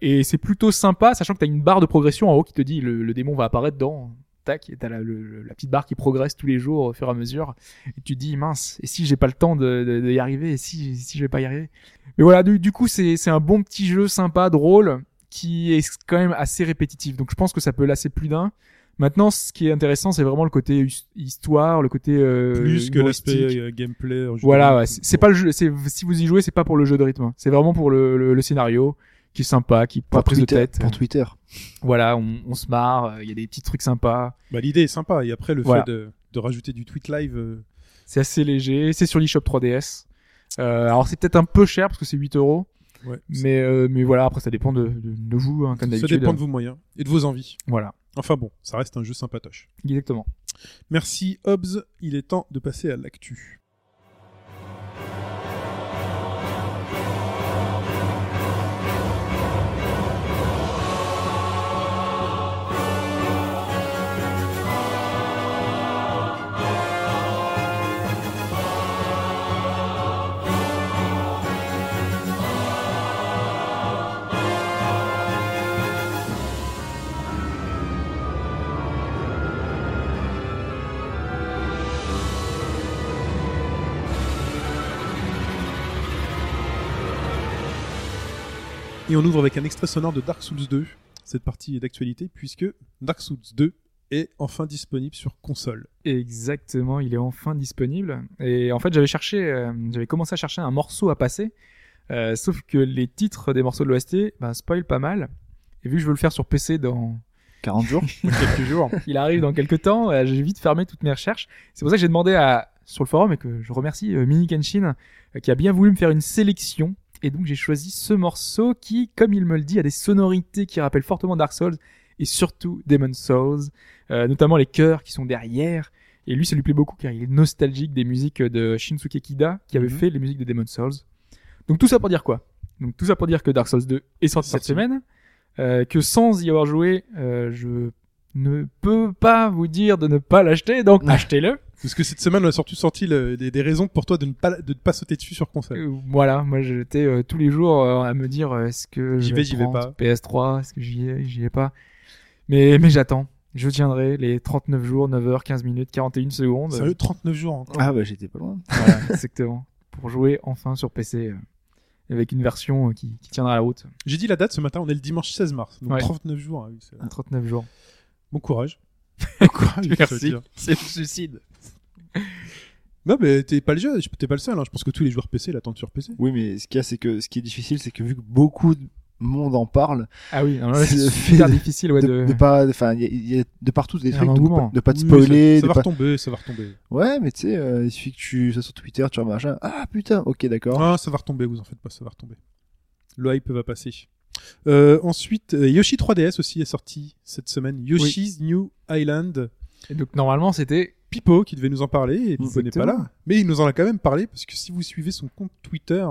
S4: Et c'est plutôt sympa, sachant que t'as une barre de progression en haut qui te dit le, le démon va apparaître dans. Tac, et t'as la, le- la petite barre qui progresse tous les jours au fur et à mesure. Et tu te dis, mince, et si j'ai pas le temps de, de- de y arriver, et si, si je vais pas y arriver. Mais voilà, du, du coup, c'est c'est un bon petit jeu sympa, drôle, qui est quand même assez répétitif. Donc je pense que ça peut lasser plus d'un. Maintenant, ce qui est intéressant, c'est vraiment le côté hus- histoire, le côté euh,
S3: Plus que
S4: humoristique.
S3: l'aspect euh, gameplay. euh,
S4: Voilà,
S3: justement.
S4: ouais, c'est c'est pas le jeu. c'est- Si vous y jouez, c'est pas pour le jeu de rythme. C'est vraiment pour le, le- le scénario qui est sympa, qui pas
S5: Pour
S4: prise de
S5: Twitter,
S4: tête. euh.
S5: Pour Twitter.
S4: Voilà, on, on se marre. Il y a des petits trucs sympas.
S3: Bah, L'idée est sympa. Et après, le
S4: Voilà.
S3: fait de, de rajouter du tweet live. euh,
S4: C'est assez léger. C'est sur l'eShop 3DS. Euh, alors c'est peut-être un peu cher parce que c'est 8 euros,
S3: ouais.
S4: mais euh, mais voilà. Après ça dépend de, de, de vous, hein, comme
S3: Ça
S4: d'habitude.
S3: dépend de vos moyens et de vos envies.
S4: Voilà,
S3: Enfin bon, ça reste un jeu sympatoche.
S4: exactement.
S3: Merci Hobbs, il est temps de passer à l'actu. Et on ouvre avec un extrait sonore de Dark Souls 2. Cette partie est d'actualité puisque Dark Souls 2 est enfin disponible sur console.
S4: Exactement, il est enfin disponible. Et en fait, j'avais cherché, euh, j'avais commencé à chercher un morceau à passer, euh, sauf que les titres des morceaux de l'OST ben, spoilent pas mal. Et vu que je veux le faire sur PC dans
S5: 40 jours.
S4: quelques jours, il arrive dans quelques temps, euh, j'ai vite fermé toutes mes recherches. C'est pour ça que j'ai demandé à, sur le forum et que je remercie euh, Mini Kenshin euh, qui a bien voulu me faire une sélection. Et donc j'ai choisi ce morceau qui, comme il me le dit, a des sonorités qui rappellent fortement Dark Souls et surtout Demon Souls, euh, notamment les chœurs qui sont derrière. Et lui, ça lui plaît beaucoup car il est nostalgique des musiques de Shinsuke Kida qui avait
S3: Mhm.
S4: fait les musiques de Demon Souls. Donc tout ça pour dire quoi Donc tout ça pour dire que Dark Souls 2 est sorti cette
S3: Sorti.
S4: semaine, euh, que sans y avoir joué, euh, je ne peux pas vous dire de ne pas l'acheter, donc achetez-le.
S3: Parce que cette semaine, on a surtout sorti le- des, des raisons pour toi de ne pas, de ne pas sauter dessus sur console.
S4: Euh, Voilà, moi j'étais euh, tous les jours euh, à me dire euh, est-ce que
S3: J'y
S4: je
S3: vais, j'y vais
S4: prendre
S3: pas.
S4: PS3, est-ce que j'y vais, j'y vais pas. Mais, mais j'attends. Je tiendrai les 39 jours, 9 heures, 15 minutes, 41 secondes.
S3: Sérieux, 39 jours encore.
S5: Ah bah j'étais pas loin.
S4: Voilà, exactement. Pour jouer enfin sur PC euh, avec une version euh, qui, qui tiendra la route.
S3: J'ai dit la date ce matin, on est le dimanche 16 mars. Donc
S4: Ouais.
S3: 39 jours. hein, oui, c'est-
S4: 39 jours.
S3: Bon courage. bon courage, je veux dire.
S4: C'est le suicide.
S3: Non, mais t'es pas le jeu, t'es pas le seul. hein. Je pense que tous les joueurs PC l'attendent sur PC.
S5: Oui, mais ce qu'il y a, c'est que ce qui est difficile, c'est que vu que beaucoup de monde en parle,
S4: Ah oui, non, là,
S5: C'est
S4: c'est
S5: le
S4: super
S5: fait
S4: difficile ouais,
S5: de,
S4: de,
S5: de pas, enfin, il y a- il y a de partout des
S4: Il y a
S5: trucs,
S4: un
S5: donc
S4: engouement.
S5: pas- de pas te
S3: Oui, mais ça-
S5: spoiler,
S3: ça,
S5: de
S3: va
S5: pas-
S3: retomber, ça va retomber.
S5: ouais, mais tu sais, euh, il suffit que tu sois sur Twitter, tu vois machin, ah putain, ok d'accord.
S3: Ah, ça va retomber, vous en faites pas, ça va retomber. Le hype va passer. Euh, ensuite, euh, Yoshi 3DS aussi est sorti cette semaine. Yoshi's New Island.
S4: Et donc normalement c'était
S3: Pipo qui devait nous en parler et Pipo n'est pas
S4: Exactement.
S3: là. Mais il nous en a quand même parlé parce que si vous suivez son compte Twitter,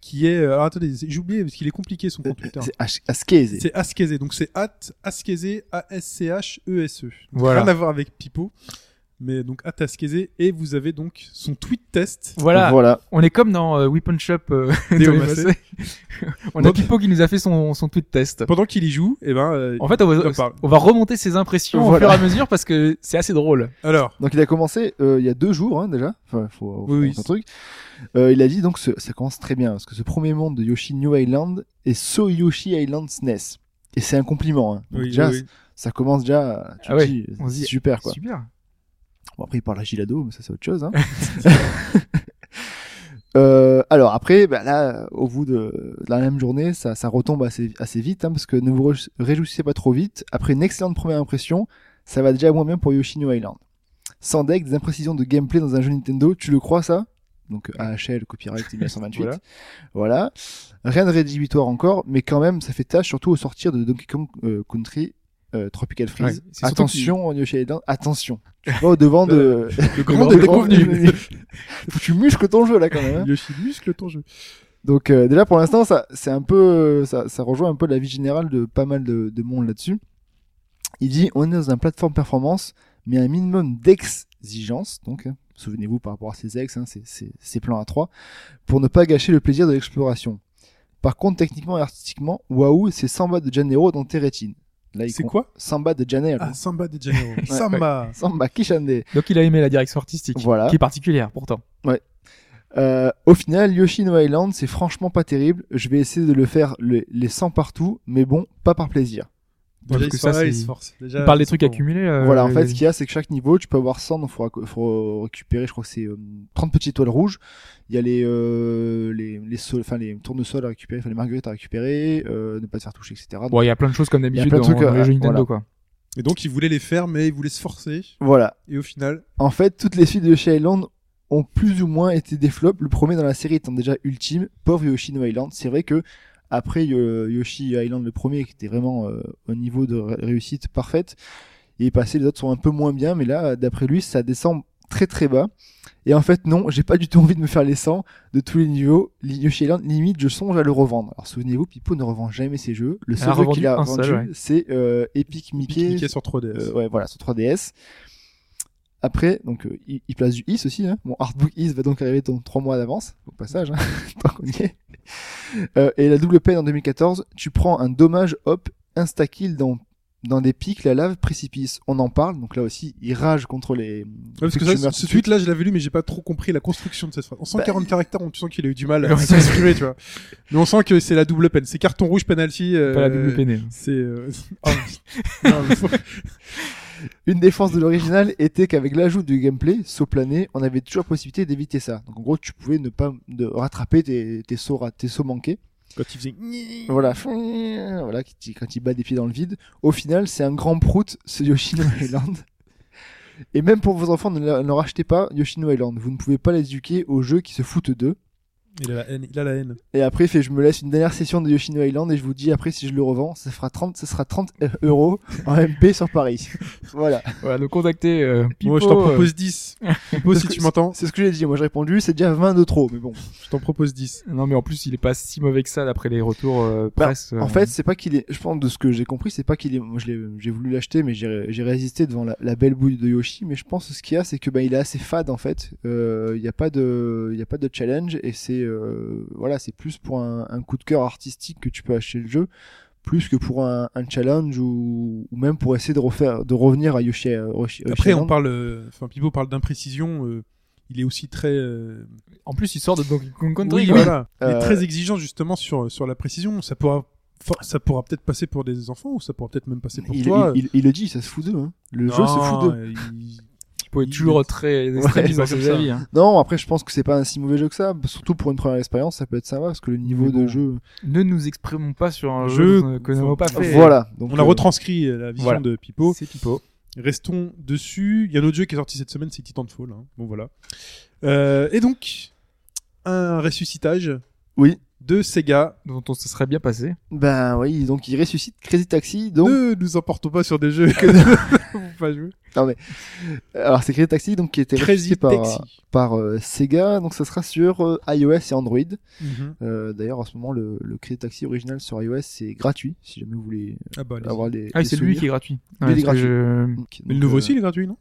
S3: qui est. euh, Alors attendez, c'est- j'ai oublié parce qu'il est compliqué son compte Twitter.
S5: C'est as- ascaisé.
S3: C'est Askeze, donc c'est at Askeze, A-S-C-H-E-S-E. Donc,
S4: Voilà.
S3: E Rien à voir avec Pipo, mais donc at Askeze, et vous avez donc son tweet test.
S4: voilà,
S5: Voilà.
S4: on est comme dans euh, Weapon Shop euh,
S3: Des
S4: de
S3: Omasé.
S4: Omasé. on a
S3: Donc-
S4: Pipo qui nous a fait son, son tweet test.
S3: Pendant qu'il y joue, et ben, euh,
S4: En fait, on
S3: On en
S4: va,
S3: parle.
S4: on va remonter ses impressions
S5: Voilà.
S4: au fur et à mesure parce que c'est assez drôle.
S3: alors,
S5: Donc il a commencé euh, il y a deux jours hein, déjà. Enfin, faut, faut
S3: Oui, oui.
S5: un truc. Euh, il a dit donc ce- ça commence très bien parce que ce premier monde de Yoshi New Island est So Yoshi Island SNES. Et c'est un compliment. Hein. Donc,
S3: oui,
S5: déjà,
S3: oui, oui.
S5: ça commence déjà. Tu
S4: Ah
S5: te
S4: ouais,
S5: dis,
S4: on se dit-
S5: super quoi.
S4: Super.
S5: Bon, après, il parle à Gilado, mais ça, c'est autre chose. Hein. Euh, alors après, bah là, au bout de la même journée, ça, ça retombe assez, assez vite, hein, parce que ne vous re- réjouissez pas trop vite. Après une excellente première impression, ça va déjà moins bien pour Yoshi New Island. Sans deck, des imprécisions de gameplay dans un jeu Nintendo, tu le crois ça Donc AHL, copyright 1928. voilà.
S4: Voilà.
S5: Rien de rédhibitoire encore, mais quand même, ça fait tâche, surtout au sortir de Donkey Kong euh, Country euh, Tropical
S4: Ouais,
S5: Freeze.
S4: c'est surtout
S5: attention, Yoshi Island, attention. Tu vas au devant de,
S3: le
S5: Comment
S3: grand
S5: t'es
S3: déconvenu.
S5: Faut que tu muscles ton jeu là quand même. hein.
S3: Yoshi muscle ton jeu.
S5: Donc euh, déjà pour l'instant ça c'est un peu ça, ça rejoint un peu la vie générale de pas mal de, de monde là-dessus. Il dit on est dans un plateforme performance mais un minimum d'exigence donc hein, souvenez-vous par rapport à ces ex hein, ces, ces- ces plans à 3 pour ne pas gâcher le plaisir de l'exploration. Par contre, techniquement et artistiquement, waouh, c'est Samba de Janeiro dans Teretine. Là, il
S3: C'est
S5: con-
S3: quoi
S5: Samba de Janeiro.
S3: Ah, Samba de Janeiro. Samba.
S5: Samba Kishande.
S4: Donc il a aimé la direction artistique,
S5: Voilà.
S4: qui est particulière pourtant.
S5: Euh, au final, Yoshino Island, c'est franchement pas terrible. Je vais essayer de le faire le- les 100 partout, mais bon, pas par plaisir.
S4: Parce
S3: Déjà,
S4: que
S3: ils
S4: ça,
S3: sont là,
S4: c'est-
S3: ils se forcent. Déjà,
S4: On parle des
S3: c'est
S4: trucs
S3: pas bon.
S4: accumulés. euh,
S5: voilà, en fait,
S4: les-
S5: ce qu'il y a, c'est que chaque niveau, tu peux avoir 100, donc faut, rac- faut récupérer, je crois que c'est euh, 30 petites toiles rouges. Il y a les, euh, les, les, sol- enfin, les tournesols à récupérer, enfin, les marguerites à récupérer, euh, ne pas te faire toucher, etc. Donc,
S4: Bon, il y a plein de choses comme
S5: y a
S4: d'habitude
S5: plein
S4: dans,
S5: de trucs,
S4: dans les
S5: euh,
S4: jeux Nintendo, quoi.
S3: Et donc, ils voulaient les faire, mais ils voulaient se forcer.
S5: Voilà.
S3: Et au final,
S5: En fait, toutes les suites de Yoshi Island ont plus ou moins été des flops. Le premier dans la série étant déjà ultime, pauvre Yoshino Island. C'est vrai que après Yo- Yoshi Island, le premier qui était vraiment euh, au niveau de ré- réussite parfaite, il est passé. Les autres sont un peu moins bien, mais là, d'après lui, ça descend très très bas. Et en fait, non, j'ai pas du tout envie de me faire les 100 de tous les niveaux. Yoshi Island, limite, je songe à le revendre. Alors souvenez-vous, Pipo ne revend jamais ses jeux. Le
S4: Elle a
S5: seul jeu
S4: revendu
S5: qu'il a
S4: un seul,
S5: vendu,
S4: ouais.
S5: c'est euh, Epic
S3: Mickey, Mickey sur 3DS.
S5: euh, ouais, voilà, sur 3DS. Après, donc, euh, il, il place du Is aussi. Hein. Mon Artbook Is va donc arriver dans 3 mois d'avance, au passage, hein, tant qu'on y est. Euh, et la double peine en 2014, tu prends un dommage hop, insta-kill dans, dans des pics, la lave, précipice. On en parle, donc là aussi, il rage contre les.
S3: Ouais, parce
S5: Fait
S3: que
S5: que
S3: ça,
S5: tu meurs
S3: ce
S5: tout de
S3: tweet là, je l'avais lu, mais j'ai pas trop compris la construction de cette phrase. En 140 caractères, on sent qu'il a eu du mal à
S4: Bah. Ouais.
S3: s'exprimer, tu vois. Mais on sent que c'est la double peine. C'est carton rouge, penalty. euh,
S4: Pas la double peinée.
S3: C'est. euh, oh, non, mais faut-
S5: Une défense de l'original était qu'avec l'ajout du gameplay, saut plané, on avait toujours la possibilité d'éviter ça. Donc en gros, tu pouvais ne pas de rattraper tes, tes, sauts, ra- tes sauts manqués.
S3: Quand il faisait. gni-
S5: Voilà, voilà quand il, quand il bat des pieds dans le vide. Au final, c'est un grand prout, ce Yoshino Island. Et même pour vos enfants, ne, la- ne leur achetez pas Yoshino Island. Vous ne pouvez pas les éduquer aux jeux qui se foutent d'eux.
S3: Il a la haine. Il a la haine.
S5: Et après, il fait, je me laisse une dernière session de Yoshino Island et je vous dis après si je le revends, ça fera 30, ça sera 30 euros en MP sur Paris. voilà.
S4: Voilà, donc contactez euh, Pipo.
S3: Moi, je t'en
S4: euh,
S3: propose 10. Pipo, si
S5: que-
S3: tu m'entends,
S5: C'est ce que j'ai dit. Moi, j'ai répondu, c'est déjà 20 de trop. Mais bon.
S3: je t'en propose 10.
S4: Non, mais en plus, il est pas si mauvais que ça d'après les retours euh,
S5: Bah,
S4: presse. euh,
S5: En fait, c'est pas qu'il est. Je pense de ce que j'ai compris, c'est pas qu'il est. Moi, je l'ai- j'ai voulu l'acheter, mais j'ai j'ai résisté devant la, la belle bouille de Yoshi. Mais je pense que ce qu'il y a, c'est que bah, il est assez fade en fait. Euh, Il n'y a pas de, il y a pas de challenge et c'est euh, voilà, c'est plus pour un, un coup de cœur artistique que tu peux acheter le jeu, plus que pour un, un challenge ou, ou même pour essayer de refaire, de revenir à Yoshi. à Yoshi-
S3: Après,
S5: Yoshi
S3: on
S5: Land.
S3: parle. euh, Enfin, Pivot parle d'imprécision. euh, Il est aussi très, euh,
S4: en plus, il sort de Donkey Kong Country.
S3: oui,
S4: quoi.
S3: voilà. Il
S5: Euh,
S3: est très exigeant justement sur sur la précision. Ça pourra, for- ça pourra peut-être passer pour des enfants ou ça pourra peut-être même passer pour
S5: Il,
S3: toi.
S5: il- il- il le dit, ça se fout d'eux. hein. Le jeu se fout d'eux.
S3: Non, il-
S4: Pipo est toujours très extrémiste dans
S3: pas comme
S4: ses
S3: ça.
S4: avis. hein.
S5: Non, après, je pense que c'est pas un si mauvais jeu que ça. Surtout pour une première expérience, ça peut être sympa parce que le niveau de
S4: bon.
S5: jeu.
S4: Ne nous exprimons pas sur un
S3: Jeu
S4: jeu qu'on- que nous n'avons pas fait.
S5: Voilà. Donc,
S3: On a
S5: euh,
S3: retranscrit euh, la vision
S4: voilà.
S3: de Pipo.
S4: C'est Pipo.
S3: Restons dessus. Il y a un autre jeu qui est sorti cette semaine, c'est Titanfall. hein. Bon voilà. Euh, et donc un ressuscitage
S5: Oui.
S3: de Sega.
S4: Dont on se serait bien passé.
S5: Ben oui, donc il ressuscite Crazy Taxi. Donc,
S3: Ne nous emportons pas sur des jeux que nous n'avons pas joué.
S5: alors c'est Crazy Taxi, donc qui était
S3: Crazy
S5: ressuscité par,
S3: Taxi.
S5: par euh, Sega. Donc ça sera sur euh, iOS et Android.
S3: Mhm.
S5: Euh, D'ailleurs, en ce moment, le, le Crazy Taxi original sur iOS c'est gratuit. Si jamais vous voulez
S3: Ah bah, allez-y.
S5: avoir les.
S4: Ah oui,
S5: les
S4: c'est lui qui est
S5: souvenirs.
S4: gratuit.
S5: Lui, il est
S4: parce que je-
S5: Donc,
S3: Mais le nouveau
S5: euh,
S3: aussi, il est gratuit, non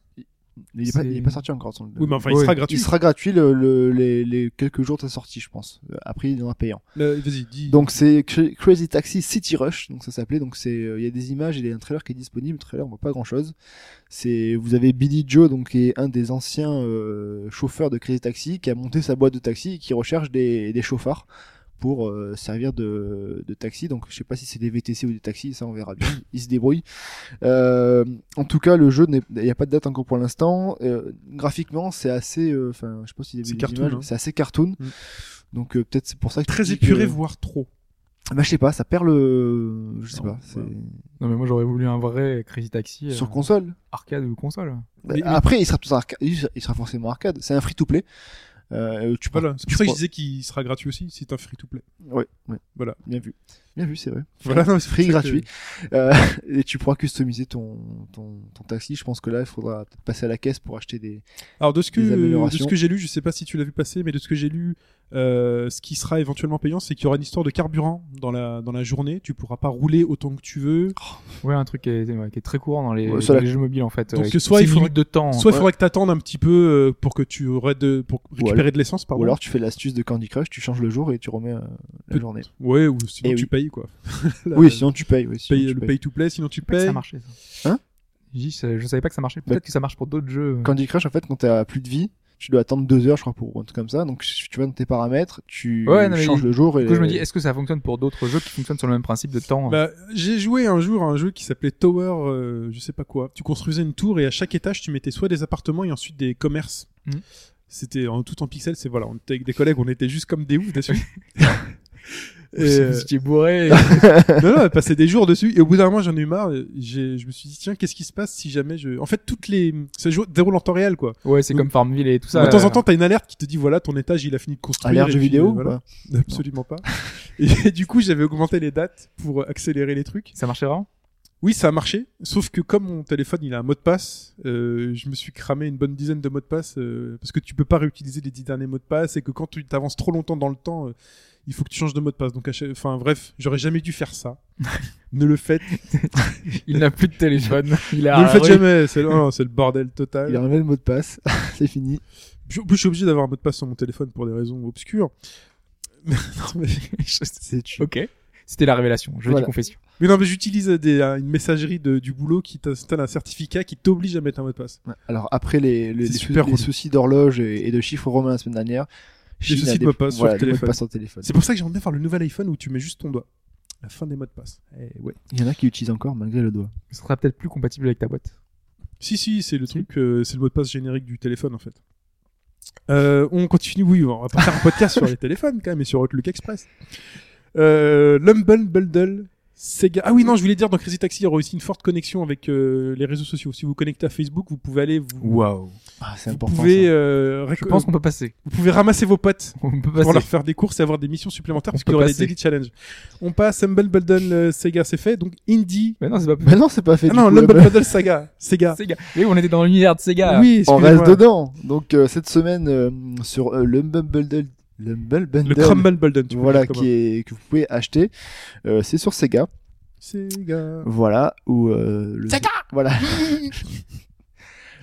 S5: Il est pas,
S4: c'est-
S5: il est pas sorti encore. son-
S3: Oui, mais enfin,
S4: Ouais.
S3: il sera gratuit.
S5: Il sera gratuit le, le- les, les quelques jours de sa sortie, je pense. Euh, Après, il en a payant.
S3: Le- Vas-y, dis.
S5: Donc c'est Cra- Crazy Taxi City Rush, donc ça s'appelait. Donc c'est, euh, il y a des images, il y a un trailer qui est disponible. Le trailer, on voit pas grand chose. C'est, vous avez Billy Joe, donc qui est un des anciens euh, chauffeurs de Crazy Taxi, qui a monté sa boîte de taxi et qui recherche des, des chauffards pour euh, servir de, de taxi. Donc je sais pas si c'est des VTC ou des taxis, ça on verra bien. Il se débrouille. Euh, en tout cas, le jeu, n'est- il n'y a pas de date encore pour l'instant. Euh, graphiquement, c'est assez, euh, enfin, je sais pas si vous avez
S3: C'est
S5: vu les
S3: cartoon,
S5: images,
S3: hein.
S5: c'est assez cartoon.
S3: Mm.
S5: Donc euh, peut-être c'est pour ça que tu
S3: très
S5: dis
S3: épuré,
S5: que-
S3: voire trop.
S5: bah, je sais pas, ça perd le. Je sais
S3: Non,
S5: pas. c'est-
S3: ouais.
S4: Non, mais moi, j'aurais voulu un vrai Crazy Taxi. euh,
S5: Sur console.
S4: arcade ou console.
S5: Bah,
S3: mais-
S5: Après, il sera, peut-être arca- il sera- il sera forcément arcade. C'est un free to play. Euh, tu peux.
S3: Voilà. C'est
S5: Tu
S3: pour ça que
S5: crois-
S3: je disais qu'il sera gratuit aussi. C'est un free-to-play.
S5: Ouais, ouais.
S3: Voilà.
S5: Bien vu. Bien vu, c'est vrai.
S3: Voilà, non, c'est pour
S5: Free
S3: ça que-
S5: gratuit. Euh, et tu pourras customiser ton, ton, ton taxi. Je pense que là, il faudra peut-être passer à la caisse pour acheter des.
S3: Alors de ce que
S5: Des
S3: de
S5: améliorations.
S3: ce que j'ai lu, je sais pas si tu l'as vu passer, mais de ce que j'ai lu, euh, ce qui sera éventuellement payant, c'est qu'il y aura une histoire de carburant dans la dans la journée. Tu pourras pas rouler autant que tu veux.
S4: Ouais, un truc qui est, ouais, qui est très courant dans les,
S5: Ouais, ça,
S4: dans
S5: la-
S4: les jeux mobiles en fait.
S3: Donc,
S4: euh,
S3: que soit
S4: c'est
S3: il
S4: une
S3: faudrait-
S4: limite de temps.
S3: Soit il faudra que t'attendes un petit peu euh, pour que tu aurais de pour récupérer récupérer de l'essence, pardon.
S5: Ou alors tu fais l'astuce de Candy Crush, tu changes le jour et tu remets euh, la
S3: Peut-
S5: journée.
S3: Ouais, ou sinon
S5: Eh
S3: tu
S5: oui.
S3: paye payes, quoi. La-
S5: Oui, sinon tu payes. Oui, sinon
S3: paye-
S5: tu
S3: le
S5: payes.
S3: pay to play, sinon tu
S4: Je savais pas que
S3: payes.
S4: ça marchait. Ça.
S5: Hein
S4: J'ai dit, ça- je savais pas que ça
S3: Bah,
S4: marchait. Peut-être que ça marche pour d'autres jeux.
S5: Candy Crush, en fait, quand t'as plus de vie, tu dois attendre deux heures, je crois, pour un truc comme ça. Donc, si tu vas dans tes paramètres, tu
S4: Ouais, non, mais
S5: changes le jour et.
S4: Du coup, je me dis, est-ce que ça fonctionne pour d'autres jeux qui fonctionnent sur le même principe de temps
S3: euh, Bah, j'ai joué un jour à un jeu qui s'appelait Tower, euh, je sais pas quoi. Tu construisais une tour et à chaque étage, tu mettais soit des appartements et ensuite des commerces.
S4: Mhm.
S3: C'était en tout en pixels, c'est voilà, on était avec des collègues, on était juste comme des oufs dessus. Et,
S4: Si
S3: euh,
S4: vous étiez bourré.
S3: non, non, on a passé des jours dessus et au bout d'un moment, j'en ai eu marre. J'ai, je me suis dit tiens, qu'est-ce qui se passe si jamais je. En fait, toutes les ça joue déroule en temps réel quoi.
S4: ouais, c'est
S3: Donc,
S4: comme Farmville et tout ça.
S3: de temps
S4: euh,
S3: en temps, t'as une alerte qui te dit voilà, ton étage, il a fini de construire.
S5: à l'ère
S3: et
S5: jeu
S3: puis,
S5: vidéo
S3: euh,
S5: ou
S3: voilà.
S5: pas
S3: Absolument pas. Et du coup, j'avais augmenté les dates pour accélérer les trucs.
S4: Ça marchait vraiment
S3: Oui, ça a marché, sauf que comme mon téléphone il a un mot de passe, euh, je me suis cramé une bonne dizaine de mots de passe euh, parce que tu peux pas réutiliser les dix derniers mots de passe et que quand tu t'avances trop longtemps dans le temps, euh, il faut que tu changes de mot de passe. Donc, à chaque- enfin bref, j'aurais jamais dû faire ça. ne le faites,
S4: Il n'a plus de téléphone. Il a
S3: ne le faites
S4: oui.
S3: jamais. C'est non, c'est le bordel total.
S5: Ah Il a enlevé le mot de passe, c'est fini.
S3: Puis, en plus, je suis obligé d'avoir un mot de passe sur mon téléphone pour des raisons obscures. non, mais...
S4: Je-
S5: C'est tu.
S4: Ok. C'était la révélation. Je
S5: Voilà.
S4: dis confession.
S3: mais non, mais j'utilise des, euh, une messagerie de- du boulot qui t'installe un certificat qui t'oblige à mettre un mot de passe.
S5: Ouais. Alors après les, les,
S3: C'est
S5: les sou-
S3: super
S5: les
S3: relou.
S5: soucis d'horloge et, et de chiffres romains la semaine dernière, Chine
S3: soucis
S5: a
S3: de mot de passe sur
S5: voilà,
S3: le
S5: des mots de
S3: téléphone.
S5: passe sur le téléphone.
S3: C'est pour ça que j'aimerais bien faire le nouvel iPhone où tu mets juste ton doigt. La fin des mots de passe. Eh ouais.
S5: Il y en a qui utilisent encore malgré le doigt.
S4: Ce sera peut-être plus compatible avec ta boîte.
S3: Si, si, c'est le
S4: Si.
S3: truc, euh, c'est le mot de passe générique du téléphone en fait. Euh, on continue, oui, on va pas faire un podcast sur les téléphones quand même et sur Outlook Express. Euh, Lumble Bundle, Sega. Ah oui, non, je voulais dire dans Crazy Taxi, il y aura aussi une forte connexion avec euh, les réseaux sociaux. Si vous vous connectez à Facebook, vous pouvez aller, vous,
S4: Waouh.
S5: Ah, c'est
S3: vous
S5: important.
S3: pouvez,
S5: ça.
S3: euh,
S4: Je
S3: réc-
S4: pense
S3: euh,
S4: qu'on peut passer.
S3: vous pouvez ramasser vos potes.
S4: On
S5: Bah,
S4: peut
S3: pour
S4: passer.
S3: leur faire des courses et avoir des missions supplémentaires
S4: On
S3: parce
S4: peut
S3: qu'il y aura des
S4: passer.
S3: daily challenges. On passe Humble Bundle euh, Sega, c'est fait. Donc Indie.
S4: Mais non, c'est pas
S5: Bah non, c'est pas fait.
S3: Ah
S5: du
S3: non,
S5: coup,
S3: Humble
S5: là-bas.
S3: Bundle Saga, Sega.
S4: Sega. Oui, on était dans l'univers de Sega.
S3: Oui,
S5: on reste
S3: excusez-moi.
S5: dedans. Donc euh, cette semaine euh, sur euh, l'Humble Bundle, l'Humble Bundle,
S3: Le Crumble Bundle, tu peux
S5: voilà
S3: le dire comme
S5: qui est que vous pouvez acheter. Euh, c'est sur Sega.
S3: un. Sega.
S5: Voilà, ou euh, le... Voilà.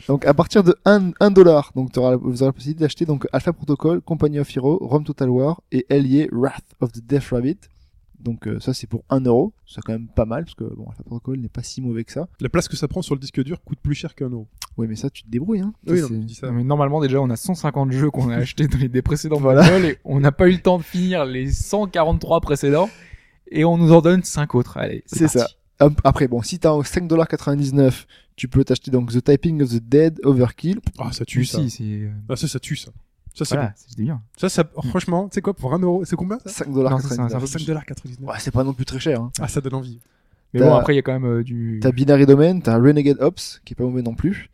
S5: donc à partir de 1 1 dollar, donc t'auras- vous aurez la possibilité d'acheter donc Alpha Protocol, Company of Heroes, Rome Total War et Allié Wrath of the Death Rabbit. Donc euh, ça c'est pour 1 euro, c'est quand même pas mal parce que bon Alpha Protocol n'est pas si mauvais que ça.
S3: La place que ça prend sur le disque dur coûte plus cher qu'un euro.
S5: Oui mais ça tu te débrouilles hein. Ça,
S3: Oui, non,
S5: c'est-
S3: mais je dis ça.
S4: Non, mais normalement, déjà, on a 150 jeux qu'on a achetés dans les des précédents
S5: Voilà.
S4: Mongols et on n'a pas eu le temps de finir les 143 précédents et on nous en donne 5 autres. Allez, c'est
S5: C'est
S4: parti.
S5: Hop, Après bon si t'as 5,99$, tu peux t'acheter donc The Typing of the Dead, Overkill.
S3: Ah, ça tue
S4: Tu
S3: ça.
S4: si, c'est. euh,
S3: Ah, ça, ça tue ça. Ça, c'est
S4: Voilà, c'était bien.
S3: bon. ça, ça- oh, franchement, tu sais quoi, pour un euro, c'est combien ça
S5: 5,99$.
S4: un peu plus.
S3: 5,99$.
S5: Ouais, c'est pas non plus très cher hein.
S3: Ah, ça donne envie.
S4: Mais
S5: T'as-
S4: bon, après, il y a quand même euh, du.
S5: T'as Binary Domain, t'as Renegade Ops, qui est pas mauvais non plus,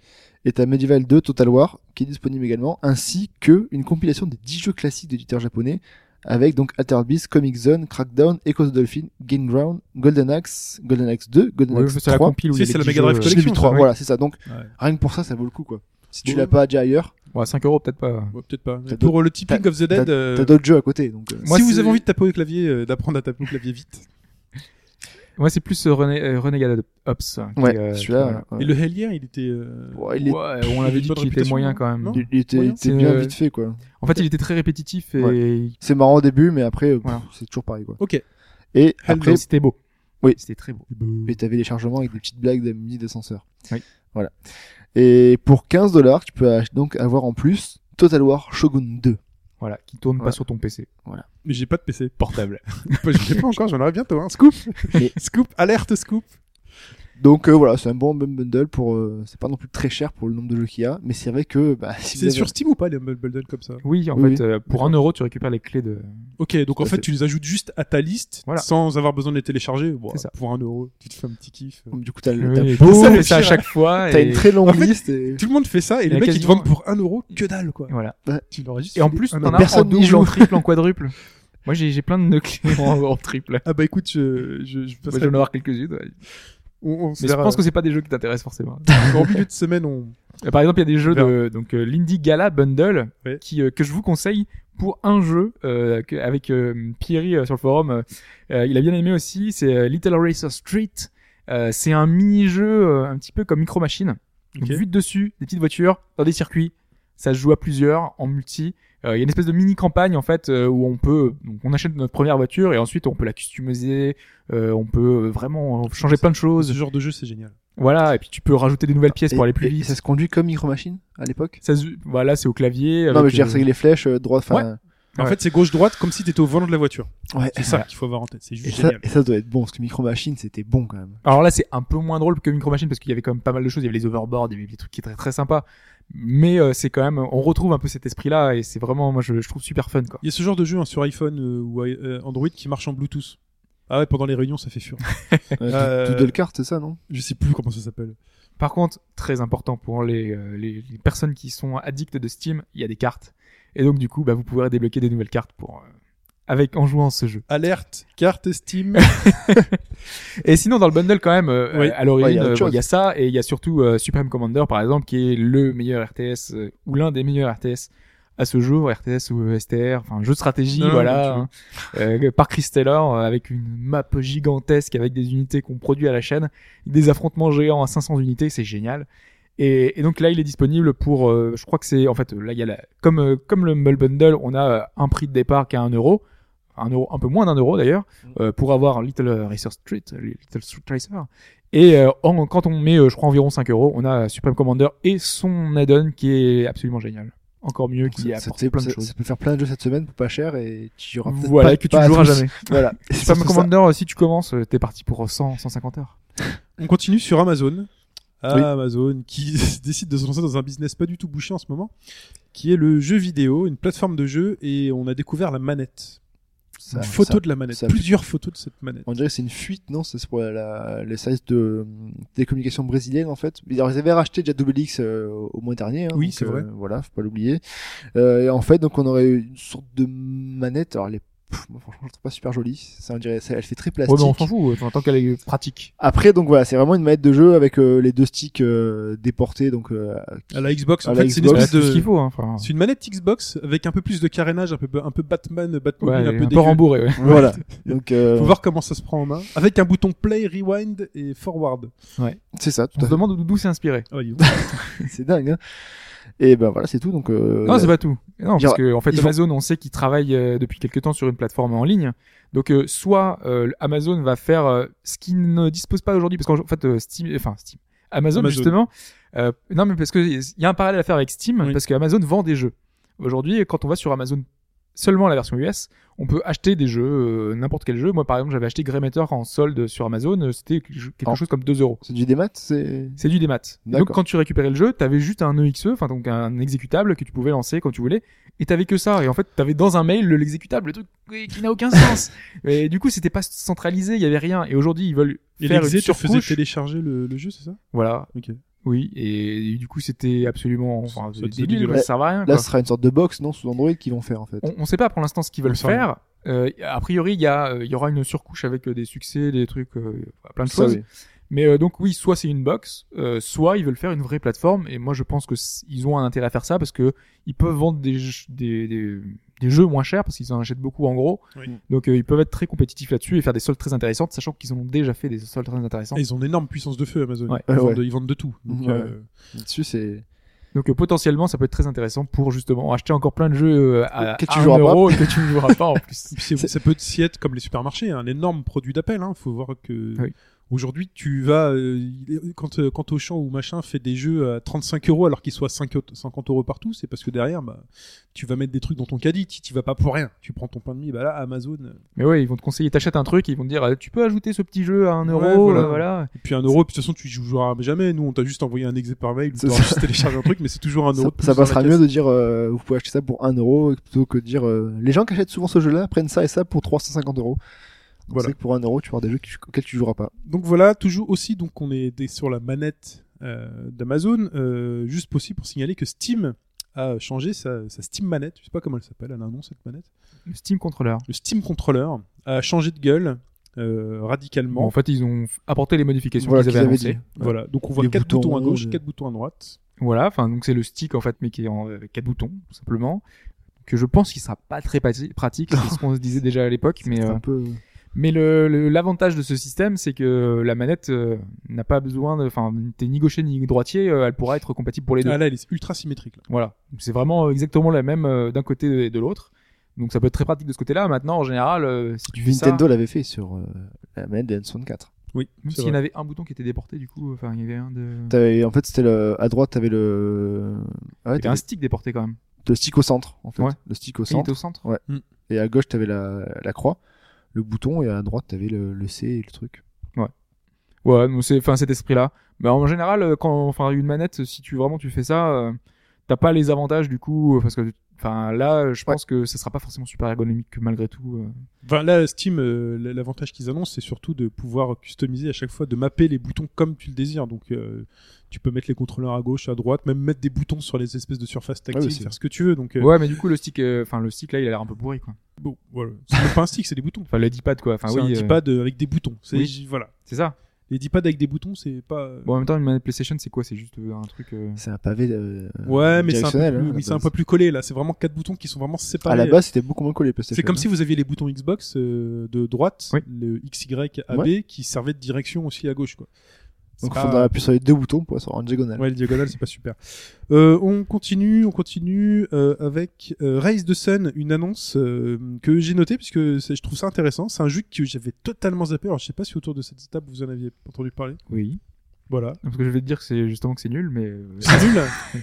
S5: et t'as Medieval 2 Total War, qui est disponible également, ainsi que une compilation des 10 jeux classiques d'éditeurs japonais, avec donc Altered Beast, Comic Zone, Crackdown, Echo the Dolphin, Game Ground, Golden Axe, Golden Axe 2, Golden
S4: Ouais,
S5: Axe
S4: c'est la
S5: 3,
S4: compile où il y a
S3: Si,
S4: les
S3: c'est la
S4: petits
S3: Mega Drive
S4: jeux, euh,
S3: Collection.
S5: Golden Axe 3,
S3: Ouais.
S5: voilà, c'est ça. Donc,
S3: Ouais.
S5: rien que pour ça, ça vaut le coup, quoi. Si tu
S3: Ouais.
S5: l'as pas déjà ailleurs,
S4: Ouais, 5 euros, peut-être pas.
S3: Ouais, Peut-être pas.
S5: T'as
S3: Pour euh, le Tipping of the Dead, euh,
S5: t'as d'autres jeux à côté, donc... euh,
S4: Moi,
S3: si vous
S4: c'est-
S3: avez envie de taper au clavier, euh, d'apprendre à taper au clavier vite.
S4: Moi, c'est plus euh, René- euh, Renegade Ops. hein, qui,
S5: ouais,
S4: euh,
S5: celui-là,
S3: Et
S5: ouais.
S3: le Hellier, il était. euh,
S5: Ouais, il
S4: qui,
S5: est-
S4: euh, ouais, on l'avait dit
S3: bonne
S4: qu'il était
S3: réputation,
S4: moyen
S3: non
S4: quand même.
S3: Non
S5: il était, il
S3: Voyons,
S5: était
S4: c'est,
S5: bien
S4: euh,
S5: vite fait, quoi.
S4: En fait, il était très répétitif et
S5: Ouais.
S4: il-
S5: C'est marrant au début, mais après, euh, pff,
S4: Voilà.
S5: c'est toujours pareil, quoi.
S3: Ok.
S5: Et
S3: Hell
S5: après,
S4: c'était beau.
S5: Oui.
S4: C'était très beau.
S5: Et t'avais les chargements avec des petites blagues d'amis d'ascenseur.
S4: Oui.
S5: Voilà. Et pour 15 dollars, tu peux ach- donc avoir en plus Total War Shogun 2.
S4: Voilà, qui tourne
S5: Ouais.
S4: pas sur ton PC.
S3: Mais j'ai pas de PC.
S4: Portable.
S3: Bah, je l'ai pas encore, j'en aurai bientôt. Hein. Scoop
S5: Mais-
S3: Scoop Alerte Scoop
S5: Donc euh, voilà, c'est un bon bundle pour. euh, c'est pas non plus très cher pour le nombre de jeux qu'il y a, mais c'est vrai que bah, si vous
S3: C'est
S5: avez-
S3: sur Steam ou pas les Humble Bundle comme ça
S4: Oui, en
S5: Oui,
S4: fait, euh, pour 1 euro, tu récupères les clés de.
S3: Ok, donc en
S5: à
S3: fait,
S5: fait.
S3: tu les ajoutes juste à ta liste
S4: Voilà.
S3: sans avoir besoin de les télécharger. Bon,
S4: C'est ça.
S3: pour un euro, tu te fais un petit kiff.
S5: Du coup, t'as le- t'as
S4: Oui,
S5: beau-
S4: ça fait
S3: pire.
S4: ça à chaque fois.
S5: hein. t'as
S4: et-
S5: une très longue
S3: En fait,
S5: liste et
S3: Tout le monde fait ça
S4: Il
S3: et
S4: y
S3: les
S4: a
S3: mecs ils te
S4: quasiment-
S3: vendent pour un euro que dalle quoi.
S4: et Voilà.
S3: Tu leur as juste
S4: Et en
S3: filé
S4: plus,
S3: un
S4: t'en
S3: euro.
S4: as en
S5: Ah Personne n'y
S4: double,
S5: joue.
S4: en triple, en quadruple. Moi, j'ai j'ai plein de nœuds clés en, en triple.
S3: Ah bah écoute, je, je,
S4: Moi,
S3: je passerai-
S4: je vais en avoir quelques-unes. ouais.
S3: on, on se
S4: Mais je
S3: verra.
S4: pense que c'est pas des jeux qui t'intéressent forcément.
S3: en milieu de semaine, on.
S4: Euh, Par exemple, il y a des jeux de donc euh, l'Indie Gala Bundle
S3: Ouais.
S4: qui euh, que je vous conseille pour un jeu euh, que- avec euh, Pierry euh, sur le forum. euh, euh, il a bien aimé aussi. C'est euh, Little Racer Street. Euh, c'est un mini-jeu euh, un petit peu comme Micro Machine. Donc,
S3: Ok.
S4: Vue de dessus, des petites voitures dans des circuits. Ça se joue à plusieurs en multi. Euh, Il y a une espèce de mini campagne en fait euh, où on peut, donc on achète notre première voiture et ensuite on peut la customiser, euh, on peut vraiment changer plein de
S3: Ce
S4: choses.
S3: genre de jeu, c'est génial.
S4: Voilà, et puis tu peux rajouter des nouvelles pièces pour aller plus
S5: et- et
S4: vite.
S5: ça se conduit comme Micro Machine à l'époque
S4: Ça se- voilà, c'est au clavier.
S5: Non,
S4: avec,
S5: mais je veux
S4: euh,
S5: dire, c'est les flèches, euh, droite, enfin.
S3: En
S4: Ouais.
S3: fait, c'est gauche-droite comme si t'étais au volant de la voiture.
S5: Ouais.
S3: C'est ça qu'il faut avoir en tête. C'est
S5: Et
S3: juste
S5: ça,
S3: génial.
S5: et ça doit être bon, parce que Micro Machine, c'était bon quand même.
S4: Alors là, c'est un peu moins drôle que Micro Machine parce qu'il y avait quand même pas mal de choses. Il y avait les overboards, il y avait des trucs qui étaient très, très sympas. Mais euh, c'est quand même, on retrouve un peu cet esprit-là et c'est vraiment, moi, je, je trouve super fun, quoi.
S3: Il y a ce genre de jeu hein, sur iPhone euh, ou euh, Android qui marche en Bluetooth. Ah ouais, pendant les réunions, ça fait fur. Euh,
S5: Euh, Doodle Cart, c'est ça, non
S3: Je sais plus comment ça s'appelle.
S4: Par contre, très important pour les, euh, les, les personnes qui sont addictes de Steam, il y a des cartes. Et donc, du coup, bah, vous pourrez débloquer des nouvelles cartes pour, euh, avec, en jouant à ce jeu.
S3: Alerte, carte Steam.
S4: Et sinon, dans le bundle, quand même, euh,
S3: Oui.
S4: à l'origine,
S5: Ouais, il y a
S4: euh,
S5: autre
S4: bon, il
S5: chose.
S4: y, a ça et il y a surtout euh, Supreme Commander, par exemple, qui est le meilleur RTS euh, ou l'un des meilleurs RTS à ce jour, RTS ou STR, enfin jeu de stratégie,
S3: Non, non,
S4: voilà,
S3: non,
S4: hein, euh, par Chris Taylor, euh, avec une map gigantesque, avec des unités qu'on produit à la chaîne, des affrontements géants à 500 unités, c'est génial. Et, et donc là, il est disponible pour, euh, je crois que c'est, en fait, là, il y a la, comme, euh, comme le Humble Bundle, on a euh, un prix de départ qui est à 1 euro, un euro, un peu moins d'un euro d'ailleurs, euh, pour avoir Little Racer Street, Little Street Racer. Et euh, en- quand on met, euh, je crois, environ 5 euros, on a Supreme Commander et son add-on qui est absolument génial. Encore mieux, qui
S5: Ça-
S4: apporte
S5: c'était-
S4: plein de
S5: ça-
S4: choses.
S5: Ça peut faire plein de jeux cette semaine pour pas cher et tu y auras peut-être
S4: Voilà,
S5: pas-
S4: que tu
S5: pas
S4: ne
S5: à
S4: joueras
S5: tous.
S4: jamais.
S5: Voilà. Et c'est
S4: Supreme
S5: surtout ça.
S4: Commander, euh, si tu commences, euh, t'es parti pour 100, 150 heures.
S3: On continue sur Amazon.
S5: Oui.
S3: Amazon qui décide de se lancer dans un business pas du tout bouché en ce moment, qui est le jeu vidéo, une plateforme de jeu, et on a découvert la manette.
S5: Ça-
S3: une photo
S5: ça-
S3: de la manette,
S5: ça-
S3: plusieurs photos de cette manette.
S5: On dirait que c'est une fuite, non C'est pour la, la- les services de télécommunications brésiliennes, en fait. Mais Alors, ils avaient racheté déjà DoubleX euh, au mois dernier. hein,
S3: Oui,
S5: donc,
S3: c'est
S5: euh,
S3: vrai.
S5: voilà, faut pas l'oublier. Euh, et en fait, donc, on aurait eu une sorte de manette. Alors, elle est, pff, moi, franchement, je trouve pas super jolie. Ça, on dirait, ça- elle fait très
S4: Ouais,
S5: plastique.
S4: mais on s'en fout, euh, en tant qu'elle est pratique.
S5: Après, donc voilà, c'est vraiment une manette de jeu avec euh, les deux sticks euh, déportés, donc euh,
S3: À la Xbox, en
S5: À la
S3: fait, c'est une
S5: Xbox.
S4: Voilà,
S3: espèce
S4: c'est tout ce
S3: de.
S4: qu'il faut. Hein, enfin,
S3: C'est une manette Xbox avec un peu plus de carénage, un peu, un peu Batman,
S4: ouais,
S3: Batmobile,
S4: elle est
S3: un peu
S4: un peu
S3: dégueu.
S4: rembourré. Ouais.
S5: voilà. Donc euh,
S3: Faut voir comment ça se prend en main. Avec un bouton play, rewind et forward.
S5: c'est ça, tout
S4: On
S5: à
S4: se demande d'où- d'où c'est inspiré.
S3: Ah, dis donc.
S5: fait. c'est dingue. hein. Et ben voilà, c'est tout. Donc euh,
S4: Non, c'est pas tout. Non,
S5: Genre,
S4: parce que en fait,
S5: ils vont-
S4: Amazon, on sait qu'ils travaillent euh, depuis quelque temps sur une plateforme en ligne. Donc, euh, soit euh, Amazon va faire euh, ce qu'il ne dispose pas aujourd'hui, parce qu'en fait, euh, Steam, enfin Steam, Amazon,
S3: Amazon.
S4: justement. euh, non, mais parce que il y a un parallèle à faire avec Steam,
S3: Oui.
S4: parce que Amazon vend des jeux. Aujourd'hui, quand on va sur Amazon seulement la version US, on peut acheter des jeux, euh, n'importe quel jeu. Moi, par exemple, j'avais acheté Greymatter en solde sur Amazon. euh, C'était quelque
S5: Ah.
S4: chose comme 2 euros.
S5: c'est du démat, c'est
S4: C'est du démat. Et Donc
S5: D'accord.
S4: quand tu récupérais le jeu, t'avais juste un EXE, enfin donc un exécutable que tu pouvais lancer quand tu voulais, et t'avais que ça. Et en fait, t'avais dans un mail le- l'exécutable, le truc qui qui n'a aucun sens. et du coup, c'était pas centralisé, il y avait rien. Et aujourd'hui, ils veulent
S3: Et
S4: faire une
S3: l'exé, tu faisais
S4: surcouche.
S3: télécharger le, le jeu, c'est ça
S4: Voilà.
S3: Ok.
S4: Oui. Et du coup, c'était absolument, enfin,
S3: Ça- ça
S4: débile,
S3: dégueulasse.
S4: quoi, ça servait à rien.
S5: Là,
S4: quoi.
S5: ce sera une sorte de box, non, sous Android, qu'ils vont faire en fait.
S4: On, on sait pas pour l'instant ce qu'ils veulent
S3: On sait rien.
S4: faire. Euh, a priori, il y a, euh, il y aura une surcouche avec euh, des succès, des trucs, euh, plein de
S5: Ça,
S4: choses.
S5: oui.
S4: Mais euh, donc oui, soit c'est une box, euh, soit ils veulent faire une vraie plateforme. Et moi, je pense que c- ils ont un intérêt à faire ça parce que ils peuvent vendre des jeux- des, des, des jeux moins chers parce qu'ils en achètent beaucoup en gros.
S3: Oui.
S5: Mm.
S4: Donc euh, ils peuvent être très compétitifs là-dessus et faire des soldes très intéressantes, sachant qu'ils en ont déjà fait des soldes très intéressantes.
S3: Et Ils ont une énorme puissance de feu, Amazon.
S4: Ouais.
S3: Ils,
S5: Ouais,
S3: vendent,
S5: ouais.
S3: ils vendent de tout. Donc,
S5: Ouais.
S3: euh,
S5: Dessus, c'est
S4: Donc euh, potentiellement, ça peut être très intéressant pour justement acheter encore plein de jeux euh, à,
S5: Que tu
S4: à un
S5: joueras pas.
S4: euro et que tu ne joueras pas en plus.
S3: Et puis c'est-
S5: C'est-
S3: ça peut s'y être comme les supermarchés, hein, un énorme produit d'appel. Hein. Faut voir que
S4: Oui.
S3: aujourd'hui, tu vas euh, il- quand euh, quand Auchan ou machin fait des jeux à 35 euros alors qu'ils soient 5 euros- 50 euros partout, c'est parce que derrière, bah, tu vas mettre des trucs dans ton caddie. Tu tu vas pas pour rien. Tu prends ton pain de mie. Bah là, Amazon. euh,
S4: Mais ouais, ils vont te conseiller, t'achètes un truc, et ils vont te dire, euh, tu peux ajouter ce petit jeu à un euro,
S3: Ouais, voilà.
S4: euh, voilà.
S3: Et puis un euro. Puis de toute façon, tu y joueras jamais. Nous, on t'a juste envoyé un exé par mail.
S5: C'est
S3: Ou t'auras
S5: ça.
S3: juste téléchargé un truc, mais c'est toujours un
S5: ça,
S3: euro. de plus
S5: ça
S3: dans la
S5: passera
S3: caisse.
S5: mieux de dire euh, vous pouvez acheter ça pour 1 euro plutôt que de dire euh, les gens qui achètent souvent ce jeu-là prennent ça et ça pour 350 euros. Donc,
S3: Voilà.
S5: C'est que pour 1 euro, tu auras des jeux qui- auxquels tu joueras pas.
S3: Donc voilà, toujours aussi, donc on est des- sur la manette euh, d'Amazon. Euh, juste aussi pour signaler que Steam a changé sa, sa Steam manette. Je sais pas comment elle s'appelle, elle a un nom cette manette.
S4: Le Steam Controller.
S3: Le Steam Controller a changé de gueule euh,
S4: Bon,
S3: radicalement.
S4: en fait, ils ont f- apporté les modifications
S5: Voilà
S4: qu'ils
S5: qu'ils
S4: avaient
S5: avaient
S4: annoncées.
S5: dit.
S3: voilà, donc on voit
S5: Les
S3: quatre boutons,
S5: boutons
S3: à gauche,
S5: rondes.
S3: quatre boutons à droite.
S4: Voilà, enfin donc c'est le stick en fait, mais qui est en avec quatre boutons tout simplement. Que je pense qu'il sera pas très pati- pratique, c'est ce qu'on se disait déjà à l'époque, mais
S5: C'est
S4: euh,
S5: un peu.
S4: Mais le- le- l'avantage de ce système, c'est que la manette euh, n'a pas besoin de. Enfin, t'es ni gaucher ni droitier, euh, elle pourra être compatible pour les deux.
S3: Ah là, elle est ultra symétrique. là.
S4: Voilà. Donc, C'est vraiment euh, exactement la même euh, d'un côté et de l'autre. Donc ça peut être très pratique de ce côté-là. Maintenant, en général, euh, si tu fais ça,
S5: Nintendo l'avait fait sur euh, la manette de N64.
S3: Oui,
S4: même
S3: c'est
S4: s'il y en
S3: vrai.
S4: avait un bouton qui était déporté, du coup, enfin, il y avait un de.
S5: T'avais- En fait, c'était le... à droite, t'avais le... ah ouais,
S4: Il y avait un stick déporté quand même.
S5: t'avais le stick au centre, en fait.
S4: Ouais.
S5: Le stick
S4: Il
S5: au
S4: était
S5: centre.
S4: au centre.
S5: Et à gauche, t'avais la... la croix, le bouton, et à droite, t'avais le... le C et le truc.
S4: Ouais, donc c'est, enfin, cet esprit-là. Mais en général, euh, quand, enfin, une manette, si tu vraiment tu fais ça, euh, t'as pas les avantages du coup, euh, parce que, enfin, là, euh, je pense que ça sera pas forcément super ergonomique malgré tout. euh.
S3: Enfin, là, Steam, euh, l- l'avantage qu'ils annoncent, c'est surtout de pouvoir customiser à chaque fois, de mapper les boutons comme tu le désires. Donc, euh, tu peux mettre les contrôleurs à gauche, à droite, même mettre des boutons sur les espèces de surfaces tactiles,
S5: aussi.
S3: faire ce que tu veux. Donc, euh,
S4: Ouais, mais du coup, le stick, euh, enfin, le stick là, il a l'air un peu bourré, quoi.
S3: bon, voilà. C'est même pas un stick, c'est des boutons.
S4: Enfin, le D-pad,
S5: Ah
S4: quoi. Enfin,
S3: c'est
S4: oui,
S3: un
S4: euh,
S3: D-pad euh, avec des boutons. C'est
S4: oui.
S3: j- voilà.
S4: c'est ça.
S3: Les D-pads avec des boutons, c'est pas. euh,
S4: Bon, en même temps, une manette PlayStation, c'est quoi C'est juste euh, un truc. euh,
S5: C'est un pavé euh,
S3: ouais, mais c'est un, peu
S5: directionnel,
S3: plus-
S5: hein, à la
S3: oui, c'est un
S5: base.
S3: peu plus collé là. C'est vraiment quatre boutons qui sont vraiment séparés.
S5: À la base, c'était beaucoup moins collé, PlayStation.
S3: C'est comme
S5: hein.
S3: si vous aviez les boutons Xbox euh, de droite,
S4: Oui.
S3: le XY AB qui servait de direction aussi à gauche. Quoi. C'est
S5: Donc, il
S3: pas-
S5: faudra appuyer sur les deux boutons pour être en diagonale.
S3: Ah. Ouais, le diagonale, c'est pas super. Euh, on continue, on continue euh, avec euh, Raise the Sun, une annonce euh, que j'ai notée puisque c'est- je trouve ça intéressant. C'est un jeu que j'avais totalement zappé. Alors, je sais pas si autour de cette table vous en aviez entendu parler.
S4: Oui.
S3: Voilà.
S4: Parce que je vais te dire que c'est justement que c'est nul, mais. euh,
S3: C'est nul.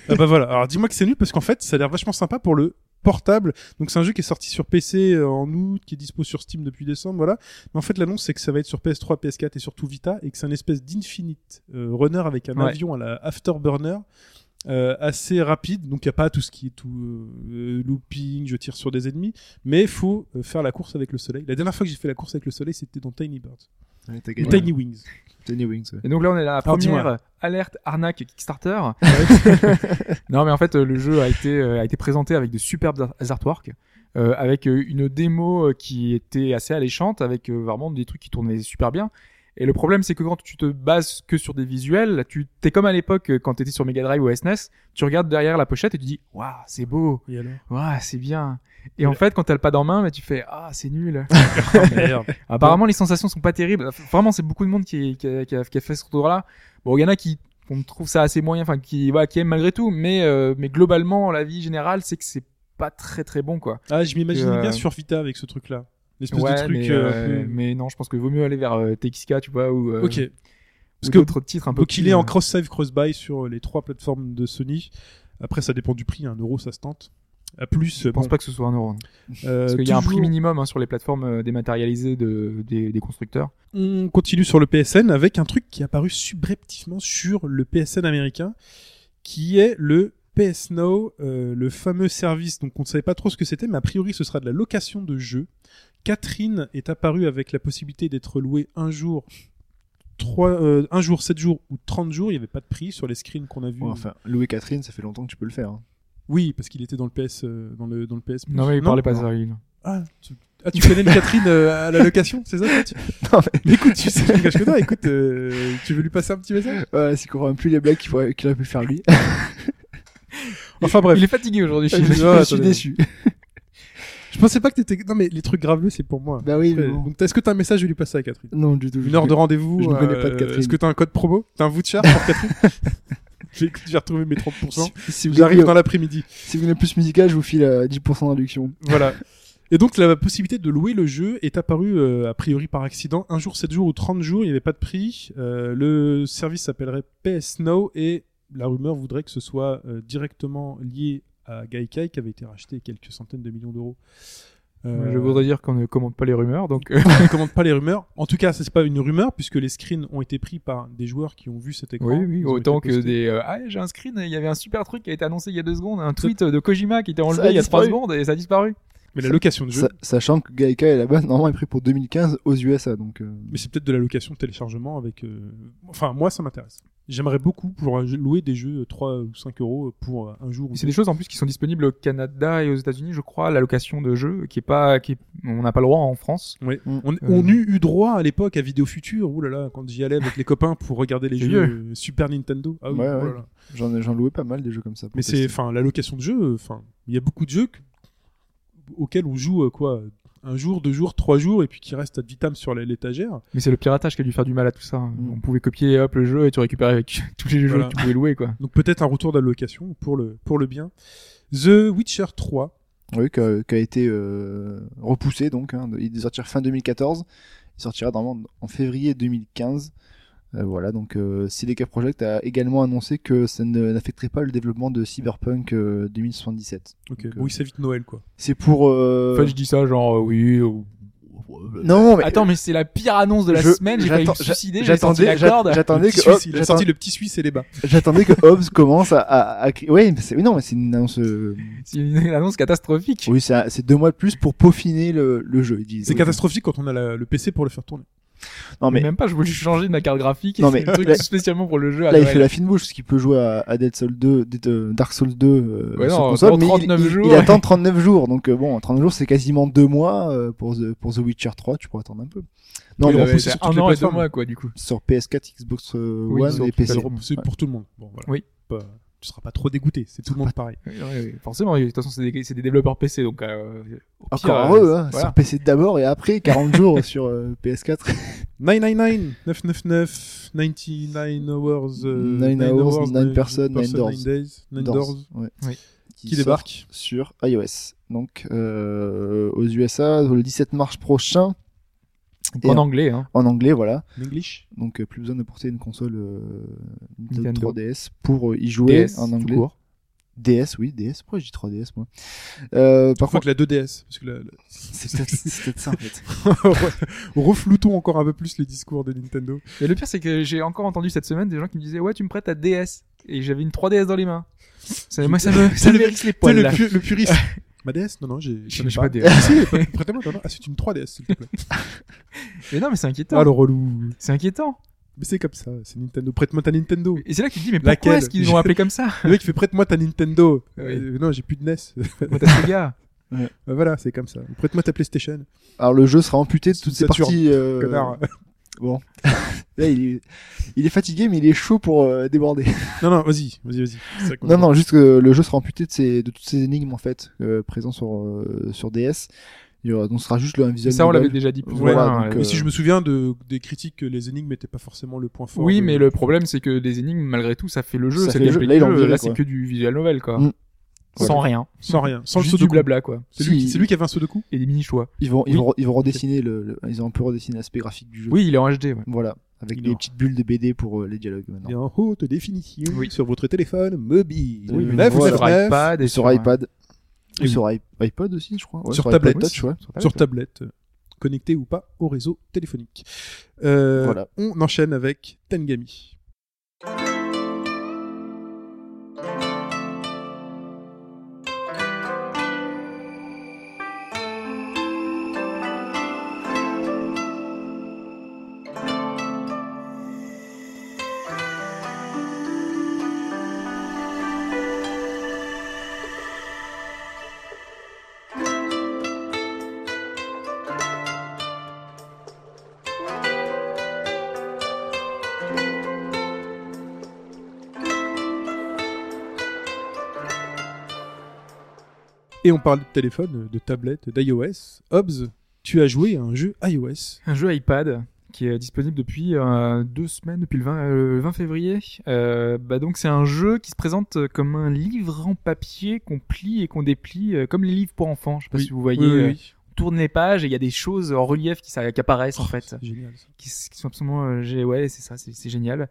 S3: ah bah voilà. Alors, dis-moi que c'est nul parce qu'en fait, ça a l'air vachement sympa pour le portable. Donc, c'est un jeu qui est sorti sur PC euh, en août, qui est dispo sur Steam depuis décembre. Voilà. Mais en fait, l'annonce c'est que ça va être sur PS3, PS4 et surtout Vita et que c'est un espèce d'infinite euh, runner avec un
S4: Ouais.
S3: avion à la Afterburner. euh, assez rapide donc il y a pas tout ce qui est tout euh, looping je tire sur des ennemis mais faut euh, faire la course avec le soleil la dernière fois que j'ai fait la course avec le soleil c'était dans Tiny Birds
S5: Ouais, t'as
S3: ou
S5: gagné.
S3: Tiny Wings
S5: Tiny Wings, ouais.
S4: Et donc là, on est à la
S3: Alors,
S4: première
S3: dis-moi.
S4: euh, alerte arnaque Kickstarter. non, mais en fait, euh, le jeu a été, euh, a été présenté avec de superbes ar- artworks, euh, avec euh, une démo euh, qui était assez alléchante, avec euh, vraiment des trucs qui tournaient super bien. Et le problème, c'est que quand tu te bases que sur des visuels, tu t'es comme à l'époque euh, quand t'étais sur Mega Drive ou SNES, tu regardes derrière la pochette et tu dis, waouh, c'est beau,
S3: et alors
S4: waouh, c'est bien. Et en fait, quand t'as le pad en main, bah, tu fais, ah, c'est nul.
S3: Ah, merde
S4: Apparemment, les sensations sont pas terribles. Enfin, Vraiment, c'est beaucoup de monde qui, qui, a, qui a- qui a fait ce retour-là. Bon, il y en a qui on trouve ça assez moyen, enfin qui, voilà, qui aiment malgré tout, mais, euh, mais globalement, la vie générale, c'est que c'est pas très très bon, quoi.
S3: Ah, je m'imagine
S4: Que, euh,
S3: bien sur Vita avec ce truc-là. L'espèce
S4: Ouais,
S3: de truc.
S4: mais,
S3: euh,
S4: euh,
S3: un peu-
S4: mais non, je pense que vaut mieux aller vers euh, TXK, tu vois, ou, euh,
S3: ok.
S4: ou
S3: Parce que
S4: d'autres titres un peu.
S3: donc il
S4: plus,
S3: est
S4: euh,
S3: en cross-save, cross-buy sur euh, les trois plateformes de Sony. Après, ça dépend du prix. hein, Un euro, ça se tente. À plus,
S4: Je pense pas que ce soit un euro. non.
S3: Euh,
S4: Parce qu'il y a un prix minimum hein, sur les plateformes euh, dématérialisées de, des, des constructeurs.
S3: On continue sur le PSN avec un truc qui est apparu subrepticement sur le PSN américain, qui est le PS Now, euh, le fameux service. Donc on ne savait pas trop ce que c'était, mais a priori ce sera de la location de jeux. Catherine est apparue avec la possibilité d'être louée un jour, trois, euh, un jour, sept jours ou 30 jours. Il n'y avait pas de prix sur les screens qu'on a vus.
S5: Ouais, Enfin, Louis Catherine, ça fait longtemps que tu peux le faire. hein.
S3: Oui, parce qu'il était dans le PS, euh, dans le dans le PS.
S4: Non, mais il
S3: Non,
S4: parlait pas de
S3: non.
S4: ça. il-
S3: Ah, tu, ah, tu connais une Catherine euh, à la location, c'est ça toi, tu-
S5: Non, mais-
S3: Mais Écoute, tu sais, je cache que toi. Écoute, euh, tu veux lui passer un petit message
S5: Ouais, c'est qu'on comprend plus les blagues qu'il faudrait- qu'il aurait pu faire lui.
S3: Enfin bref.
S4: Il est fatigué aujourd'hui.
S3: Je
S4: Chine.
S3: suis-
S5: je suis
S3: attendez.
S5: déçu.
S3: Je pensais pas que t'étais. Non, mais les trucs graveleux, c'est pour moi.
S5: Bah oui, mais
S3: Euh,
S5: bon.
S3: Donc, est-ce que t'as un message à lui passer à Catherine
S5: Non, du tout.
S3: Une heure de rendez-vous
S5: je ne connais pas de
S3: euh,
S5: Catherine.
S3: Est-ce que t'as un code promo T'as un voucher pour Catherine Je vais- je vais retrouver mes 30%.
S5: Si, si vous
S3: J'arrive
S5: arrive
S3: dans l'après-midi.
S5: si vous voulez plus musical, je vous file euh, 10% d'induction.
S3: Voilà. Et donc, la possibilité de louer le jeu est apparue, euh, a priori par accident, un jour, 7 jours ou 30 jours, il n'y avait pas de prix. Euh, le service s'appellerait PS Now et la rumeur voudrait que ce soit euh, directement lié à Gaikai qui avait été racheté quelques centaines de millions d'euros. Euh,
S4: Je voudrais dire qu'on ne commente pas les rumeurs, donc. euh,
S3: on ne commente pas les rumeurs. En tout cas, ça c'est pas une rumeur puisque les screens ont été pris par des joueurs qui ont vu cet écran.
S4: Oui, oui,
S3: Ils ont
S4: autant
S3: été
S4: que
S3: postés.
S4: des. euh, ah, j'ai un screen, il y avait un super truc qui a été annoncé il y a deux secondes, un tweet euh, de Kojima qui était
S5: Ça a
S4: enlevé il y a trois
S5: disparu.
S4: secondes et ça a disparu.
S3: Mais la location de jeu.
S5: Sa- sachant que Gaika est là-bas, normalement, est pris pour 2015 aux USA. Donc, euh,
S3: Mais c'est peut-être de la location de téléchargement avec. euh, Enfin, moi, ça m'intéresse. J'aimerais beaucoup pour louer des jeux 3 ou 5 euros pour euh, un jour. ou
S4: C'est
S3: deux.
S4: des choses en plus qui sont disponibles au Canada et aux États-Unis, je crois, la location de jeux qui est pas. Qui est- on n'a pas le droit en France.
S3: Ouais.
S5: Mm.
S3: On, on eut eu droit à l'époque à Vidéo Future. Ouh là là, quand j'y allais avec les copains pour regarder les
S4: C'est
S3: jeux euh, Super Nintendo. Ah oui,
S5: Ouais,
S3: oh là
S5: ouais.
S3: là.
S5: j'en ai- j'en louais pas mal des jeux comme ça. pour
S3: Mais
S5: tester.
S3: c'est, enfin, la location de jeux. euh, Enfin, il y a beaucoup de jeux que- auxquels on joue euh, quoi un jour, deux jours, trois jours, et puis qui reste ad vitam sur la- l'étagère.
S4: Mais c'est le piratage qui a dû faire du mal à tout ça. hein.
S5: Mm.
S4: On pouvait copier hop, le jeu et tu récupérais avec tous les jeux
S3: Voilà.
S4: que tu pouvais louer, quoi.
S5: Euh.
S3: Donc peut-être un retour d'allocation pour le, pour le bien. The Witcher 3.
S5: Oui, qui a, qui a été euh, repoussé donc. hein. il sortira fin 2014. Il sortira normalement en février 2015. Euh, voilà, donc euh, CDK Projekt a également annoncé que ça ne- n'affecterait pas le développement de Cyberpunk euh, 2077.
S3: Ok,
S5: Donc,
S3: bon,
S5: euh,
S3: il s'évite Noël, quoi.
S5: C'est pour. euh,
S4: Enfin, je dis ça, genre, euh, oui. ou-
S5: Non, mais
S4: Attends, mais c'est la pire annonce de la
S5: Je-
S4: semaine, j'ai failli me
S5: j'attends- j'a-
S4: suicider, j'ai sorti
S5: j'attendais,
S4: la
S5: j'a-
S4: corde.
S3: Le
S5: j'attendais
S3: petit
S5: que, Hobbs-
S3: Suisse, il a
S5: j'attends-
S3: sorti le petit Suisse et les bas.
S5: j'attendais que Hobbs commence à, à, à crier. Oui, mais c'est, oui, non, mais c'est une annonce. euh,
S4: C'est une annonce catastrophique.
S5: Oui, c'est, un- c'est deux mois de plus pour peaufiner le, le jeu. ils disent.
S3: C'est
S5: Oui.
S3: catastrophique quand on a la- le PC pour le faire tourner.
S5: Non mais
S4: Même pas, je voulais changer de ma carte graphique.
S5: Non,
S4: et c'est
S5: mais-
S4: un truc
S5: là-
S4: spécialement pour le jeu. à
S5: Là, il
S4: Noël.
S5: fait la fine bouche parce qu'il peut jouer à, à Dead Soul 2, Dead- euh, Dark Souls 2 euh,
S4: Ouais,
S5: sur
S4: non,
S5: console,
S4: dans
S5: mais il-
S4: 39
S5: il, il
S4: jours.
S5: attend 39 jours. Donc euh, bon, 39 jours, c'est quasiment deux mois euh, pour The, pour The Witcher 3. Tu pourras attendre un peu. Non,
S3: Oui,
S5: mais
S3: bah
S5: on
S3: ouais,
S5: pousse
S3: c'est
S5: sur,
S3: toutes
S4: un
S3: les
S4: an et deux
S3: plateformes.
S4: mois, quoi, du coup.
S5: sur PS4, Xbox euh,
S4: Oui,
S5: One
S4: sur
S5: et
S4: toutes
S5: PC.
S4: les
S3: Alors, C'est pour tout le monde. Bon, voilà.
S4: Oui.
S3: Pas- tu seras pas trop dégoûté, c'est tout le monde pareil.
S4: Oui, oui, oui. Forcément, de toute façon, c'est des, c'est des développeurs PC, donc. euh, au pire,
S5: Encore
S4: euh,
S5: heureux, hein,
S4: voilà.
S5: sur PC d'abord et après 40 jours sur euh, PS4.
S3: 999, 999, 99 hours, euh,
S5: 9
S3: 9
S5: hours, 9
S3: 9
S5: personnes, 9 doors.
S3: 9 days, 9
S5: Doors,
S3: doors,
S5: ouais.
S4: Oui.
S3: qui débarque.
S5: sort sur iOS. Donc euh, aux USA le 17 mars prochain Et
S4: En
S5: en-
S4: anglais, hein.
S5: en anglais, voilà.
S3: En English.
S5: Donc euh, plus besoin de porter une console euh, Nintendo
S4: Nintendo.
S5: 3DS pour euh, y jouer
S4: DS,
S5: en
S4: tout
S5: anglais.
S4: court.
S5: DS, oui, DS. Pourquoi je dis 3DS moi euh,
S3: Par
S5: Par
S3: contre,
S5: contre,
S3: la 2DS, parce que la- la-
S5: c'est peut-être c'est peut-être ça en fait.
S3: Refloutons encore un peu plus les discours de Nintendo.
S4: Mais le pire, c'est que j'ai encore entendu cette semaine des gens qui me disaient Ouais, tu me prêtes ta DS. Et j'avais une 3DS dans les mains. Ça, moi, ça me, ça me hérisse les
S3: Tu sais,
S4: poils.
S3: le,
S4: là.
S3: pu- le puriste. Ma DS Non, non, j'ai.
S4: Je
S3: j'en ai
S4: sais
S5: Bah.
S4: pas, DS.
S3: Ah, si, prêtez-moi, non, non. Ah, c'est une 3DS, s'il te plaît.
S4: Mais non, mais c'est inquiétant.
S3: Ah, le relou.
S4: C'est inquiétant.
S3: Mais c'est comme ça, c'est Nintendo. Prête-moi ta Nintendo.
S4: Et c'est là que tu te dis Mais
S3: Laquelle
S4: pourquoi est-ce qu'ils l'ont appelé comme ça
S3: Le mec il fait prête-moi ta Nintendo.
S4: Oui.
S3: Euh, non, j'ai plus de NES.
S4: Moi, t'as ce gars.
S3: Euh, voilà, c'est comme ça. Ou Prête-moi ta PlayStation.
S5: Alors le jeu sera amputé de toutes ces
S3: Saturne,
S5: parties. euh,
S3: Connard.
S5: Bon, là il est, il est fatigué, mais il est chaud pour euh, déborder.
S3: Non, non, vas-y, vas-y, vas-y. C'est ça qu'on
S5: Non,
S3: attend.
S5: non, juste que le jeu sera amputé de, ces, de toutes ces énigmes en fait euh, présentes sur euh, sur DS. Il y aura, donc ce sera juste le un visuel.
S4: Ça, on
S5: novel.
S4: l'avait déjà dit plus ou
S5: Voilà,
S4: moins,
S5: donc,
S4: euh,
S3: Mais
S5: euh,
S3: si je me souviens de, des critiques que les énigmes n'étaient pas forcément le point fort.
S4: Oui,
S3: de-
S4: mais le problème, c'est que les énigmes, malgré tout, ça fait le jeu.
S5: Ça
S4: c'est
S5: fait
S4: le
S5: le jeu.
S4: gameplay du
S5: Là, ils l'ont
S4: jeu.
S5: viré,
S4: Là,
S5: quoi.
S4: c'est que du visual novel, quoi.
S5: Mm.
S4: Sans rien.
S3: Sans rien, sans
S4: Juste
S3: le saut
S4: du
S3: de
S4: blabla, quoi.
S3: C'est lui, qui-
S5: Si.
S3: c'est lui qui avait un saut de coup
S4: Et des mini-choix.
S5: Ils vont ils
S4: Oui.
S5: vont ils vont redessiner le, le- ils ont un peu redessiné l'aspect graphique du jeu.
S4: Oui, il est en HD, ouais.
S5: Voilà, avec
S3: Il
S5: des
S3: aura.
S5: petites bulles de BD pour euh, les dialogues maintenant.
S3: Il est en haute définition
S4: Oui.
S3: sur votre téléphone mobile.
S5: Oui, mais
S3: Neuf,
S5: voilà.
S3: neuf,
S4: Sur
S3: neuf.
S4: iPad et
S5: sur
S4: ouais.
S5: iPad.
S3: Et
S5: Ou sur i- iPod aussi, je crois. Ouais,
S3: Sur
S5: iPod
S3: tablette.
S5: Touch, ouais.
S3: sur tablette, euh, connecté ou pas au réseau téléphonique. Euh,
S5: Voilà.
S3: On enchaîne avec Tengami. Et on parle de téléphone, de tablette, d'iOS. Hobbs, tu as joué à un jeu iOS.
S4: un jeu iPad qui est disponible depuis euh, deux semaines, depuis le 20, euh, le 20 février. Euh, bah donc c'est un jeu qui se présente euh, comme un livre en papier qu'on plie et qu'on déplie, euh, comme les livres pour enfants. Je sais pas
S3: Oui.
S4: si vous voyez,
S3: Oui, oui,
S4: euh,
S3: oui.
S4: on tourne les pages et il y a des choses en relief qui, s'a- qui apparaissent en fait,
S3: Oh, C'est génial. ça.
S4: qui, s- qui sont absolument, euh, gé- ouais c'est ça, c'est c'est génial.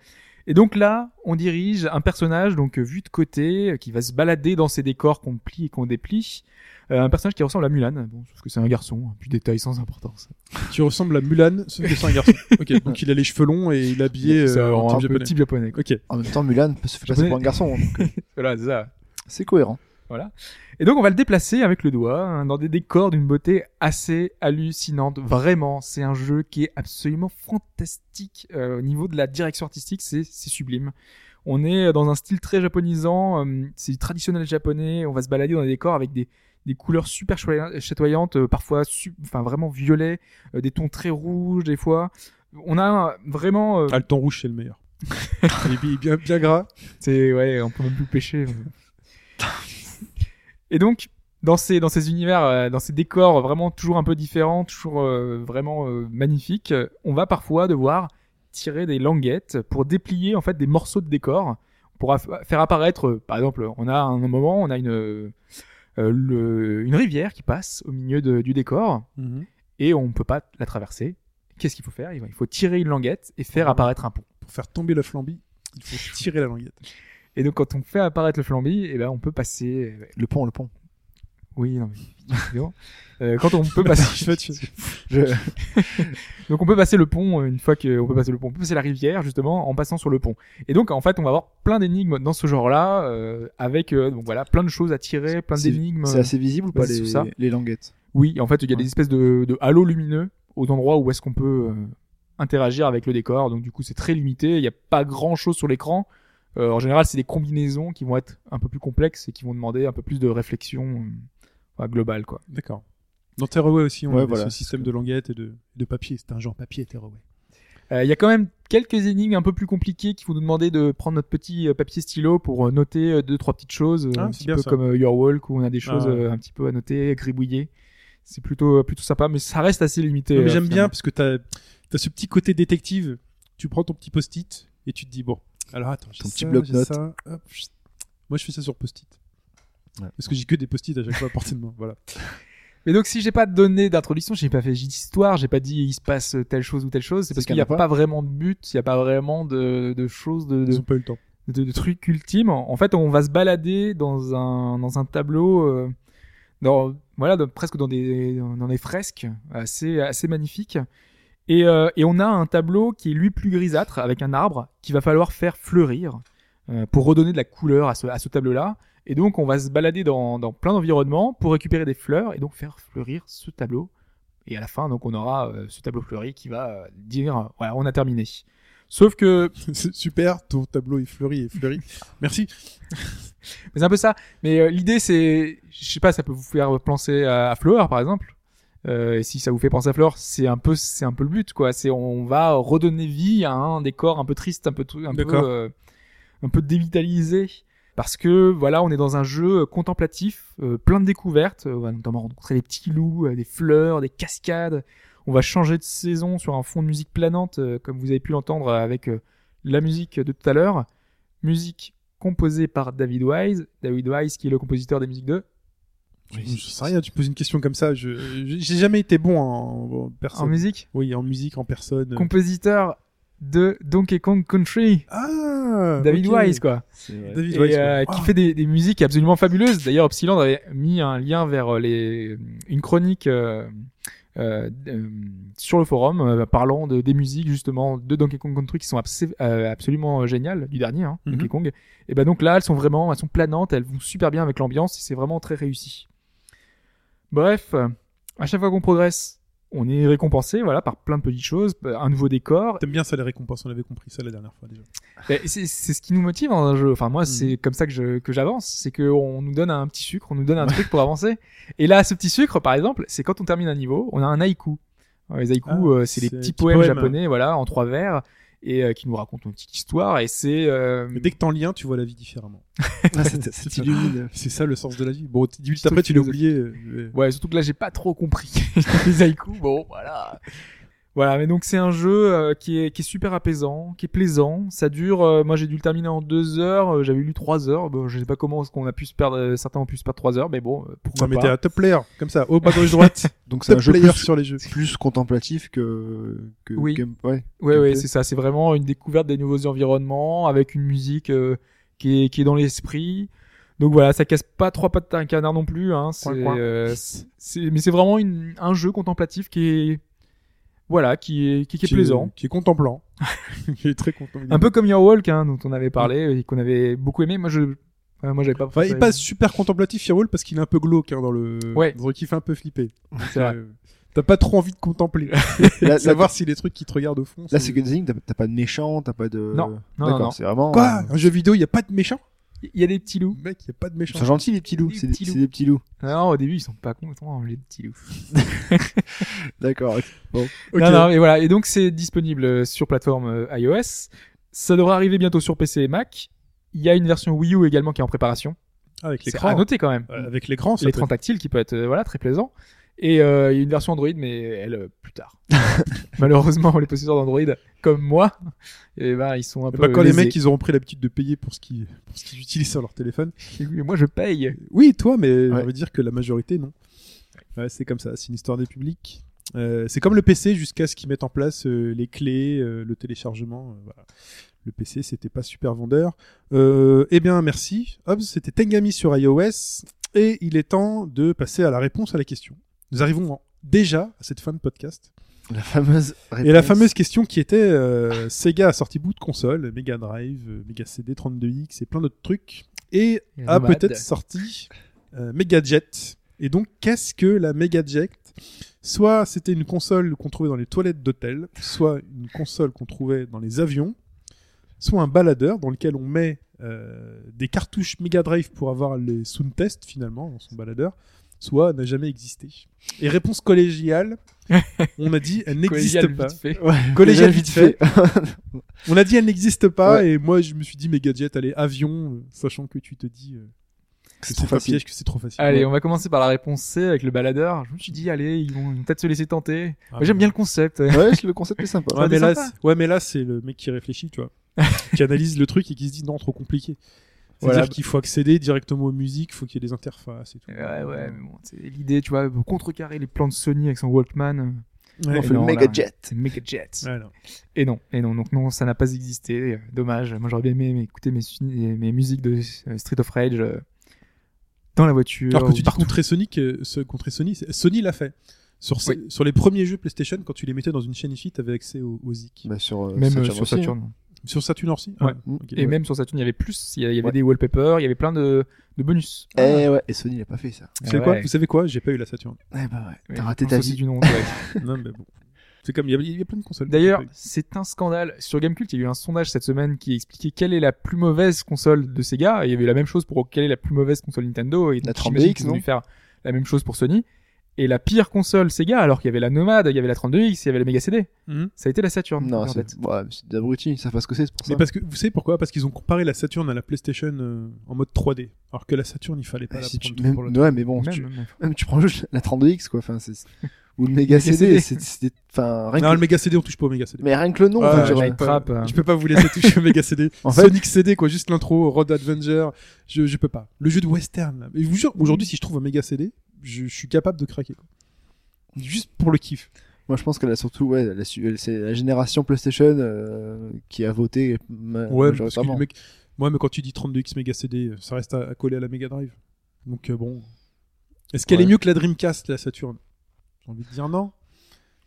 S4: Et donc là, on dirige un personnage donc euh, vu de côté euh, qui va se balader dans ces décors qu'on plie et qu'on déplie. Euh, un personnage qui ressemble à Mulan, bon, sauf que c'est un garçon, hein, puis détail sans importance.
S3: Tu ressembles à Mulan, sauf que c'est un garçon. ok, donc il a les cheveux longs et il est habillé
S4: C'est
S3: euh, en
S4: un japonais.
S3: type japonais.
S4: petit japonais. quoi.
S3: Ok.
S5: En même temps, Mulan peut se faire passer
S4: Japonais.
S5: pour un garçon. donc, euh,
S4: Voilà, c'est ça.
S5: C'est cohérent.
S4: Et donc on va le déplacer avec le doigt hein, dans des décors d'une beauté assez hallucinante. Vraiment, c'est un jeu qui est absolument fantastique Euh, au niveau de la direction artistique. C'est c'est sublime. On est dans un style très japonisant. euh, c'est du traditionnel japonais. On va se balader dans des décors avec des des couleurs super chatoya- chatoyantes, euh, parfois su- enfin vraiment violet, euh, des tons très rouges des fois. On a euh, vraiment euh,
S3: Ah, le temps rouge, c'est le meilleur. il est bi- bien, bien gras.
S4: C'est ouais, on peut même plus pêcher. Et donc, dans ces dans ces univers, euh, dans ces décors vraiment toujours un peu différents, toujours euh, vraiment euh, magnifiques, euh, on va parfois devoir tirer des languettes pour déplier en fait des morceaux de décor pour aff- faire apparaître, euh, par exemple, on a un moment, on a une euh, le- une rivière qui passe au milieu de- du décor
S3: Mhm.
S4: et on ne peut pas la traverser. Qu'est-ce qu'il faut faire Il faut tirer une languette et faire apparaître un pont.
S3: Pour faire tomber la flambie, il faut tirer la languette.
S4: Et donc quand on fait apparaître le flambi, eh ben on peut passer.
S5: Le pont, le pont.
S4: Oui, non mais évidemment. Euh, quand on peut passer,
S5: Je...
S4: donc on peut passer le pont euh, une fois que on peut passer le pont, on peut passer la rivière justement en passant sur le pont. Et donc en fait on va avoir plein d'énigmes dans ce genre-là, euh, avec euh, donc voilà plein de choses à tirer, plein
S5: C'est-
S4: d'énigmes.
S5: C'est assez visible ou pas
S4: Vas-y,
S5: les,
S4: sur ça.
S5: les languettes
S4: Oui, en fait il y a
S5: Ouais.
S4: des espèces de, de halos lumineux aux endroits où est-ce qu'on peut euh, interagir avec le décor. Donc du coup c'est très limité, il n'y a pas grand-chose sur l'écran. Euh, en général c'est des combinaisons qui vont être un peu plus complexes et qui vont demander un peu plus de réflexion euh, voilà, globale quoi.
S3: D'accord. Dans Tearaway aussi, on
S5: Ouais,
S3: a
S5: voilà,
S3: ce
S5: c'est
S3: système
S5: ce que-
S3: de languette et de, de papier. C'était un genre papier, Tearaway.
S4: Euh, Il y a quand même quelques énigmes un peu plus compliquées qui vont nous demander de prendre notre petit euh, papier stylo pour euh, noter euh, deux trois petites choses, euh,
S3: Ah,
S4: un
S3: c'est
S4: petit
S3: bien
S4: peu
S3: ça.
S4: comme euh, Your Walk où on a des choses
S3: Ah.
S4: euh, un petit peu à noter, à gribouiller. C'est plutôt euh, plutôt sympa, mais ça reste assez limité.
S3: Non, mais
S4: euh,
S3: j'aime bien
S4: finalement.
S3: parce que t'as as ce petit côté détective. Tu prends ton petit post-it et tu te dis bon, alors attends, j'ai
S5: Ton petit
S3: ça,
S5: bloc-notes.
S3: j'ai ça, hop, chut. Moi, je fais ça sur post-it.
S5: Ouais.
S3: Parce que j'ai que des post-it à chaque fois à portée de main. Voilà.
S4: Mais donc si j'ai pas donné d'introduction, j'ai pas fait d'histoire, j'ai pas dit il se passe euh, telle chose ou telle chose, c'est
S5: C'est
S4: parce qu'il
S5: qu'il
S4: n'y
S5: y en
S4: a
S5: a pas.
S4: pas vraiment de but, il n'y a pas vraiment de, de choses de, de-
S3: Ils ont pas eu le temps.
S4: de, de truc ultime. En en fait, on va se balader dans un, dans un tableau, euh, dans, voilà, dans- presque dans des, dans des fresques assez, assez magnifiques. Et, euh, et on a un tableau qui est lui plus grisâtre, avec un arbre qu'il va falloir faire fleurir euh, pour redonner de la couleur à ce, à ce tableau-là. Et donc, on va se balader dans, dans plein d'environnements pour récupérer des fleurs et donc faire fleurir ce tableau. Et à la fin, donc, on aura euh, ce tableau fleuri qui va euh, dire, euh, voilà, on a terminé. Sauf que
S3: C'est Super, ton tableau est fleuri et fleuri. Merci.
S4: Mais c'est un peu ça. Mais euh, l'idée, c'est, je sais pas, ça peut vous faire penser à, à Fleur, par exemple. Euh, et si ça vous fait penser à Fleur, c'est un peu, c'est un peu le but, quoi. C'est on va redonner vie à un décor un peu triste, un peu, tru- un peu,
S3: D'accord.
S4: euh, un peu dévitalisé. Parce que voilà, on est dans un jeu contemplatif, euh, plein de découvertes. On va notamment rencontrer des petits loups, euh, des fleurs, des cascades. On va changer de saison sur un fond de musique planante, euh, comme vous avez pu l'entendre avec euh, la musique de tout à l'heure. Musique composée par David Wise. David Wise qui est le compositeur des musiques de.
S3: je sais rien, tu poses une question comme ça. Je j'ai jamais été bon en, en personne.
S4: En musique
S3: Oui, en musique, en personne.
S4: Compositeur de Donkey Kong Country.
S3: ah,
S4: David
S3: ok.
S4: Wise, quoi.
S5: C'est vrai.
S3: David
S4: Et,
S3: Wise.
S4: euh,
S3: quoi.
S4: qui
S3: Ah,
S4: fait des, des musiques absolument fabuleuses. D'ailleurs, Psyland avait mis un lien vers euh, les, une chronique euh, euh, d- euh, sur le forum euh, parlant de, des musiques justement de Donkey Kong Country qui sont abs- euh, absolument euh, géniales du dernier hein,
S3: Mhm.
S4: Donkey Kong. Et ben donc là, elles sont vraiment, elles sont planantes, elles vont super bien avec l'ambiance. et C'est vraiment très réussi. Bref, euh, à chaque fois qu'on progresse, on est récompensé, voilà, par plein de petites choses, un nouveau décor,
S3: T'aimes bien ça les récompenses, on avait compris ça la dernière fois déjà.
S4: ben, c'est c'est ce qui nous motive dans un jeu. Enfin, moi,
S3: Mm.
S4: c'est comme ça que je- que j'avance. C'est qu'on nous donne un petit sucre, on nous donne un truc pour avancer. Et là, ce petit sucre, par exemple, c'est quand on termine un niveau, on a un haïku. Euh, Les haïkus,
S3: Ah,
S4: euh, c'est les
S3: c'est
S4: petits
S3: petit
S4: poèmes
S3: poème.
S4: japonais, voilà, en trois vers, et euh, qui nous racontent une petite histoire. Et c'est euh,
S3: Mais dès que t'en liens, tu vois la vie différemment.
S5: Ah, c'est- c'est illumine.
S3: C'est ça le sens de la vie. Bon, t- juste
S4: Surtout
S3: après tu l'as
S4: philosophique.
S3: oublié. euh, mais-
S4: Ouais, surtout que là, j'ai pas trop compris les haïkus. Bon, voilà. Voilà, mais donc c'est un jeu euh, qui, est, qui est super apaisant, qui est plaisant. Ça dure, euh, moi j'ai dû le terminer en deux heures, euh, j'avais lu trois heures. Bon, je sais pas comment est-ce qu'on a pu se perdre, euh, certains ont pu se perdre trois heures, mais bon, euh, pourquoi
S3: Non mais t'es
S4: pas.
S3: à top player, comme ça, au bas gauche droite,
S5: Donc c'est un
S3: top
S5: jeu
S3: player
S5: plus,
S3: sur les jeux.
S5: plus contemplatif que, que
S4: Oui.
S5: Game... ouais.
S4: Ouais,
S5: gameplay.
S4: ouais, c'est ça. C'est vraiment une découverte des nouveaux environnements avec une musique euh, qui, est, qui est dans l'esprit. Donc voilà, ça casse pas trois pattes à un canard non plus. Hein. C'est,
S3: Coin, coin.
S4: euh, c'est- c'est- mais c'est vraiment une- un jeu contemplatif qui est, voilà, qui est, qui est- qui est plaisant.
S3: Qui est contemplant. qui est très content.
S4: Un peu comme Your Walk, hein, dont on avait parlé et qu'on avait beaucoup aimé. Moi, je, ouais, moi, j'avais pas.
S3: Enfin, il est
S4: préféré.
S3: pas super contemplatif Firewall parce qu'il est un peu glauque hein, dans le.
S4: Ouais.
S3: Donc il fait un peu flipper.
S4: C'est vrai.
S3: Euh, T'as pas trop envie de contempler.
S5: Là, là,
S3: Savoir si les trucs qui te regardent au fond.
S5: là, c'est que des énigmes, t'as- t'as pas de méchant, t'as pas de...
S4: Non, non,
S5: D'accord,
S4: non.
S5: c'est vraiment...
S3: Quoi
S5: euh,
S3: Un jeu vidéo, il y a pas de méchant
S4: Il y a des petits loups.
S3: Mec, il y a pas de
S5: Ils
S3: méchant.
S5: sont gentils les petits loups,
S4: Des
S5: c'est
S4: petits
S5: des, c'est
S4: loups.
S5: des petits loups.
S4: Non, au début, ils sont pas contents. Les petits loups.
S5: D'accord.
S3: Ok.
S4: Non, non, et voilà. Et donc, c'est disponible euh, sur plateforme euh, iOS. Ça devrait arriver bientôt sur PC et Mac. Il y a une version Wii U également qui est en préparation.
S3: Ah, Avec
S4: C'est à
S3: l'écran.
S4: noter quand même.
S3: Euh, Avec l'écran, ça peut
S4: L'écran tactile qui peut être euh, voilà très plaisant. Et euh, il y a une version Android, mais elle euh, plus tard. Malheureusement, les possesseurs d'Android, comme moi, eh ben ils sont un
S3: Eh
S4: peu.
S3: ben, quand les
S4: lésés.
S3: mecs ils auront pris l'habitude de payer pour ce qu'ils pour ce qu'ils utilisent sur leur téléphone.
S4: Et moi je paye.
S3: Oui, toi, mais
S5: Ouais.
S3: on veut dire que la majorité non. Ouais, c'est comme ça, c'est une histoire des publics. Euh, c'est comme le PC jusqu'à ce qu'ils mettent en place euh, les clés, euh, le téléchargement. euh, voilà. Le PC, c'était pas super vendeur. Euh, eh bien, merci. Hobbs, c'était Tengami sur iOS. Et il est temps de passer à la réponse à la question. Nous arrivons en- déjà à cette fin de podcast.
S5: La fameuse.
S3: Et la
S5: réponse.
S3: fameuse question qui était euh, Sega a sorti bout de console, Mega Drive, euh, Mega CD 32X et plein d'autres trucs. Et a
S4: Nomade.
S3: Ah, peut-être sorti euh, Mega Jet. Et donc, qu'est-ce que la Mega Jet Soit c'était une console qu'on trouvait dans les toilettes d'hôtel, soit une console qu'on trouvait dans les avions, soit un baladeur dans lequel on met euh, des cartouches Mega Drive pour avoir les sound tests finalement dans son baladeur, soit n'a jamais existé. Et réponse collégiale, on a dit elle n'existe
S4: Collégial,
S3: pas.
S4: vite fait.
S5: Ouais,
S3: Collégial
S5: déjà
S3: vite fait. On a dit elle n'existe pas
S5: Ouais.
S3: et moi je me suis dit Mega Jet, allez avion, euh, sachant que tu te dis euh, que
S5: C'est
S3: c'est
S5: trop
S3: trop
S5: facile.
S3: piège, que c'est trop facile.
S4: Allez,
S3: Ouais.
S4: on va commencer par la réponse C avec le baladeur. Je me suis dit, allez, ils vont peut-être se laisser tenter.
S3: Ah,
S4: Moi, J'aime
S3: mais
S4: bien
S3: non.
S4: le concept.
S5: Ouais, le concept est sympa.
S4: Ouais,
S3: Ouais,
S4: mais
S3: mais là,
S4: sympa.
S3: c'est- ouais, mais là, c'est le mec qui réfléchit, tu vois, qui analyse le truc et qui se dit non, trop compliqué. C'est-à-dire
S4: Voilà.
S3: qu'il faut accéder directement aux musiques, faut qu'il y ait des interfaces et tout.
S4: Ouais, ouais, mais bon, c'est l'idée, tu vois, pour contrecarrer les plans de Sony avec son Walkman.
S3: Ouais.
S5: On
S4: Et
S5: fait le
S4: non,
S5: Mega
S4: là.
S5: Jet.
S4: C'est Mega Jet.
S3: Ouais, non.
S4: Et non, et non, donc non, ça n'a pas existé. euh, Dommage. Moi, j'aurais bien aimé mais écouter mes, suni- mes musiques de euh, Street of Rage euh, dans la voiture.
S3: Alors que tu
S4: ou
S3: dis
S4: partout.
S3: contrer Sonic, euh, ce- contrer Sony, c'est- Sony l'a fait. Sur, ses- sur les premiers jeux PlayStation, quand tu les mettais dans une chaîne IFI, t'avais accès aux, aux ZIC.
S5: Bah, sur, euh,
S4: Même euh,
S5: Saturn
S4: sur
S5: aussi, hein.
S4: Saturn.
S3: Sur Saturn aussi
S4: Ouais.
S3: Ah, ok,
S4: Et
S3: ouais.
S4: même sur Saturn, il y avait plus. Il y avait
S5: Ouais.
S4: des wallpapers, il y avait plein de, de bonus.
S5: Eh ouais, et Sony, il a pas fait ça.
S3: Vous savez
S4: Ah
S3: quoi
S4: ouais.
S3: Vous savez quoi J'ai pas eu la Saturn.
S5: Eh bah ouais,
S4: Ouais,
S5: t'as raté
S4: je
S5: ta
S4: pense aussi
S5: vie.
S4: du nom, ouais.
S3: non, mais bon. C'est comme, il y, a- il y a plein de consoles.
S4: D'ailleurs, c'est un scandale. Sur Gamecult, il y a eu un sondage cette semaine qui expliquait quelle est la plus mauvaise console de Sega. Et il y avait eu la même chose pour quelle est la plus mauvaise console Nintendo. Et
S5: La
S4: donc, j'imagine
S5: 32X,
S4: qu'ils ont dû
S5: non
S4: faire la même chose pour Sony. Et la pire console Sega, alors qu'il y avait la Nomade, il y avait la 32X, il y avait la Mega CD,
S3: Mhm.
S4: ça a été la Saturn.
S5: Non,
S4: en
S5: c'est
S4: fait.
S5: ouais, mais c'est d'abrutis, ils savent pas ce que c'est, c'est pour ça.
S3: Mais parce que vous savez pourquoi Parce qu'ils ont comparé la Saturn à la PlayStation euh, en mode 3D, alors que la Saturn il fallait pas
S5: Eh,
S3: la
S5: si tu-
S3: prendre
S5: même-
S3: pour le
S5: Ouais, mais bon,
S4: Même,
S5: tu...
S4: même.
S5: même tu prends juste la 32X, quoi. Enfin, c'est- Ou le Mega CD,
S4: CD.
S5: c'est- c'était. Enfin, rien
S3: Non,
S5: que...
S3: le Mega CD on touche pas au Mega CD.
S5: Mais rien que le nom,
S3: Ouais,
S5: enfin,
S3: ouais,
S5: je veux
S3: ouais.
S5: dire,
S4: Night Trap, euh,
S3: Je peux pas vous laisser toucher au Mega CD.
S5: En fait-
S3: Sonic CD, quoi, juste l'intro, Road Avenger, je, je peux pas. Le jeu de western, là. Mais je vous jure, aujourd'hui, si je trouve un Mega CD, je, je suis capable de craquer. quoi. Juste pour le kiff.
S5: Moi, je pense qu'elle a surtout, ouais, elle a su- elle- c'est la génération PlayStation euh, qui a voté ma-
S3: Ouais, parce que
S5: majoritairement.
S3: le mec- Moi, mais quand tu dis 32X Mega CD, ça reste à, à coller à la Mega Drive. Donc euh, bon. Est-ce qu'elle
S5: Ouais.
S3: est mieux que la Dreamcast, la Saturn J'ai envie de dire non.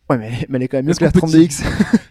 S5: Ouais, mais, mais elle est quand même mieux
S3: Est-ce
S5: que la
S3: qu'on peut
S5: 32X.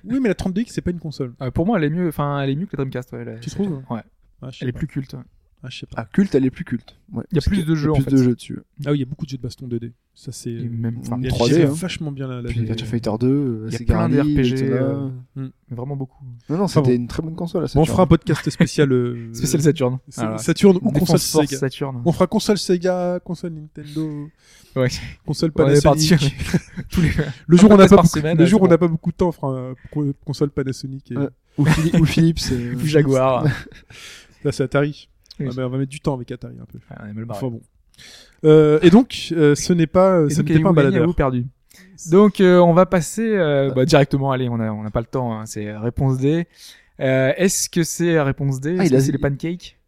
S3: Oui, mais la 32X, c'est pas une console.
S4: euh, pour moi, elle est mieux. Enfin, elle est mieux que la Dreamcast. Ouais, la
S3: Tu
S4: Saturn.
S3: trouves
S4: Ouais.
S3: Ah, je sais
S4: Elle est
S3: pas.
S4: plus culte. ouais.
S3: Ah, je sais pas.
S5: Ah, culte, elle est plus culte. Ouais,
S4: Il y a
S5: parce
S4: plus
S5: qu'il
S4: de jeux, en
S5: Plus
S4: fait.
S5: de jeux dessus.
S3: Ah oui, il y a beaucoup de jeux de baston 2D. Ça, c'est.
S4: Et même, enfin,
S3: Il
S5: Mm.
S3: y a-
S5: 3D,
S3: c'est
S5: hein.
S3: vachement bien la. la
S5: Puis
S3: la-
S5: Virtua Fighter 2,
S4: Il y a
S5: c'est
S4: plein de RPG, euh,
S5: Non,
S4: vraiment beaucoup.
S5: non,
S3: Enfin,
S5: c'était
S3: bon.
S5: une très bonne console.
S3: Bon,
S5: ça
S3: on fera un podcast spécial. euh,
S4: Spécial Saturn.
S3: Sa-
S4: Voilà.
S3: Saturn ou
S4: Défense
S3: console
S4: Force
S3: Sega.
S4: Saturn.
S3: On fera console Sega, console Nintendo,
S4: Ouais.
S3: console
S4: On est parti.
S3: Panasonic.
S4: Tous les.
S3: Le jour où on n'a
S4: podcast
S3: pas,
S4: par
S3: beaucoup-
S4: semaine,
S3: le
S4: euh,
S3: jour
S4: c'est
S3: où on
S4: bon.
S3: n'a pas beaucoup de temps, on fera un pro- console Panasonic. Et...
S5: Ouais. Ou, Phili- ou Philips. euh,
S4: Plus Jaguar.
S3: Là, c'est Atari.
S4: Oui.
S3: Ah, mais on va mettre du temps avec Atari un peu.
S4: Ah, on est mal barré.
S3: Enfin bon. Euh, et donc, euh, ce n'est pas,
S4: Et
S3: ce
S4: donc,
S3: n'était pas un
S4: avez-vous gagné,
S3: baladeur.
S4: avez-vous perdu. Donc euh, on va passer euh, bah, directement. Allez, on a on n'a pas le temps. hein, c'est réponse D. Euh, Est-ce que c'est réponse D
S5: Ah,
S4: Est-ce
S5: il a-
S4: que c'est les pancakes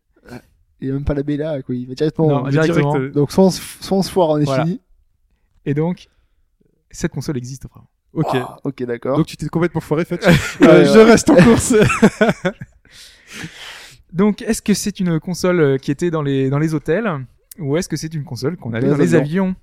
S5: Il n'y a même pas la Bella, quoi. Il va directement.
S4: Non,
S3: Le
S4: directement.
S3: direct, euh,
S5: Donc, soit on, se, soit on se foire, on est
S4: Voilà.
S5: fini.
S4: Et donc cette console existe vraiment.
S3: ok.
S5: Ah, ok, d'accord.
S3: Donc tu t'es complètement foiré, fait.
S5: Ouais,
S3: Euh,
S5: ouais.
S3: Je reste en course.
S4: Donc est-ce que c'est une console euh, qui était dans les dans les hôtels ou est-ce que c'est une console qu'on avait
S5: Dans
S4: dans
S5: les
S4: les avions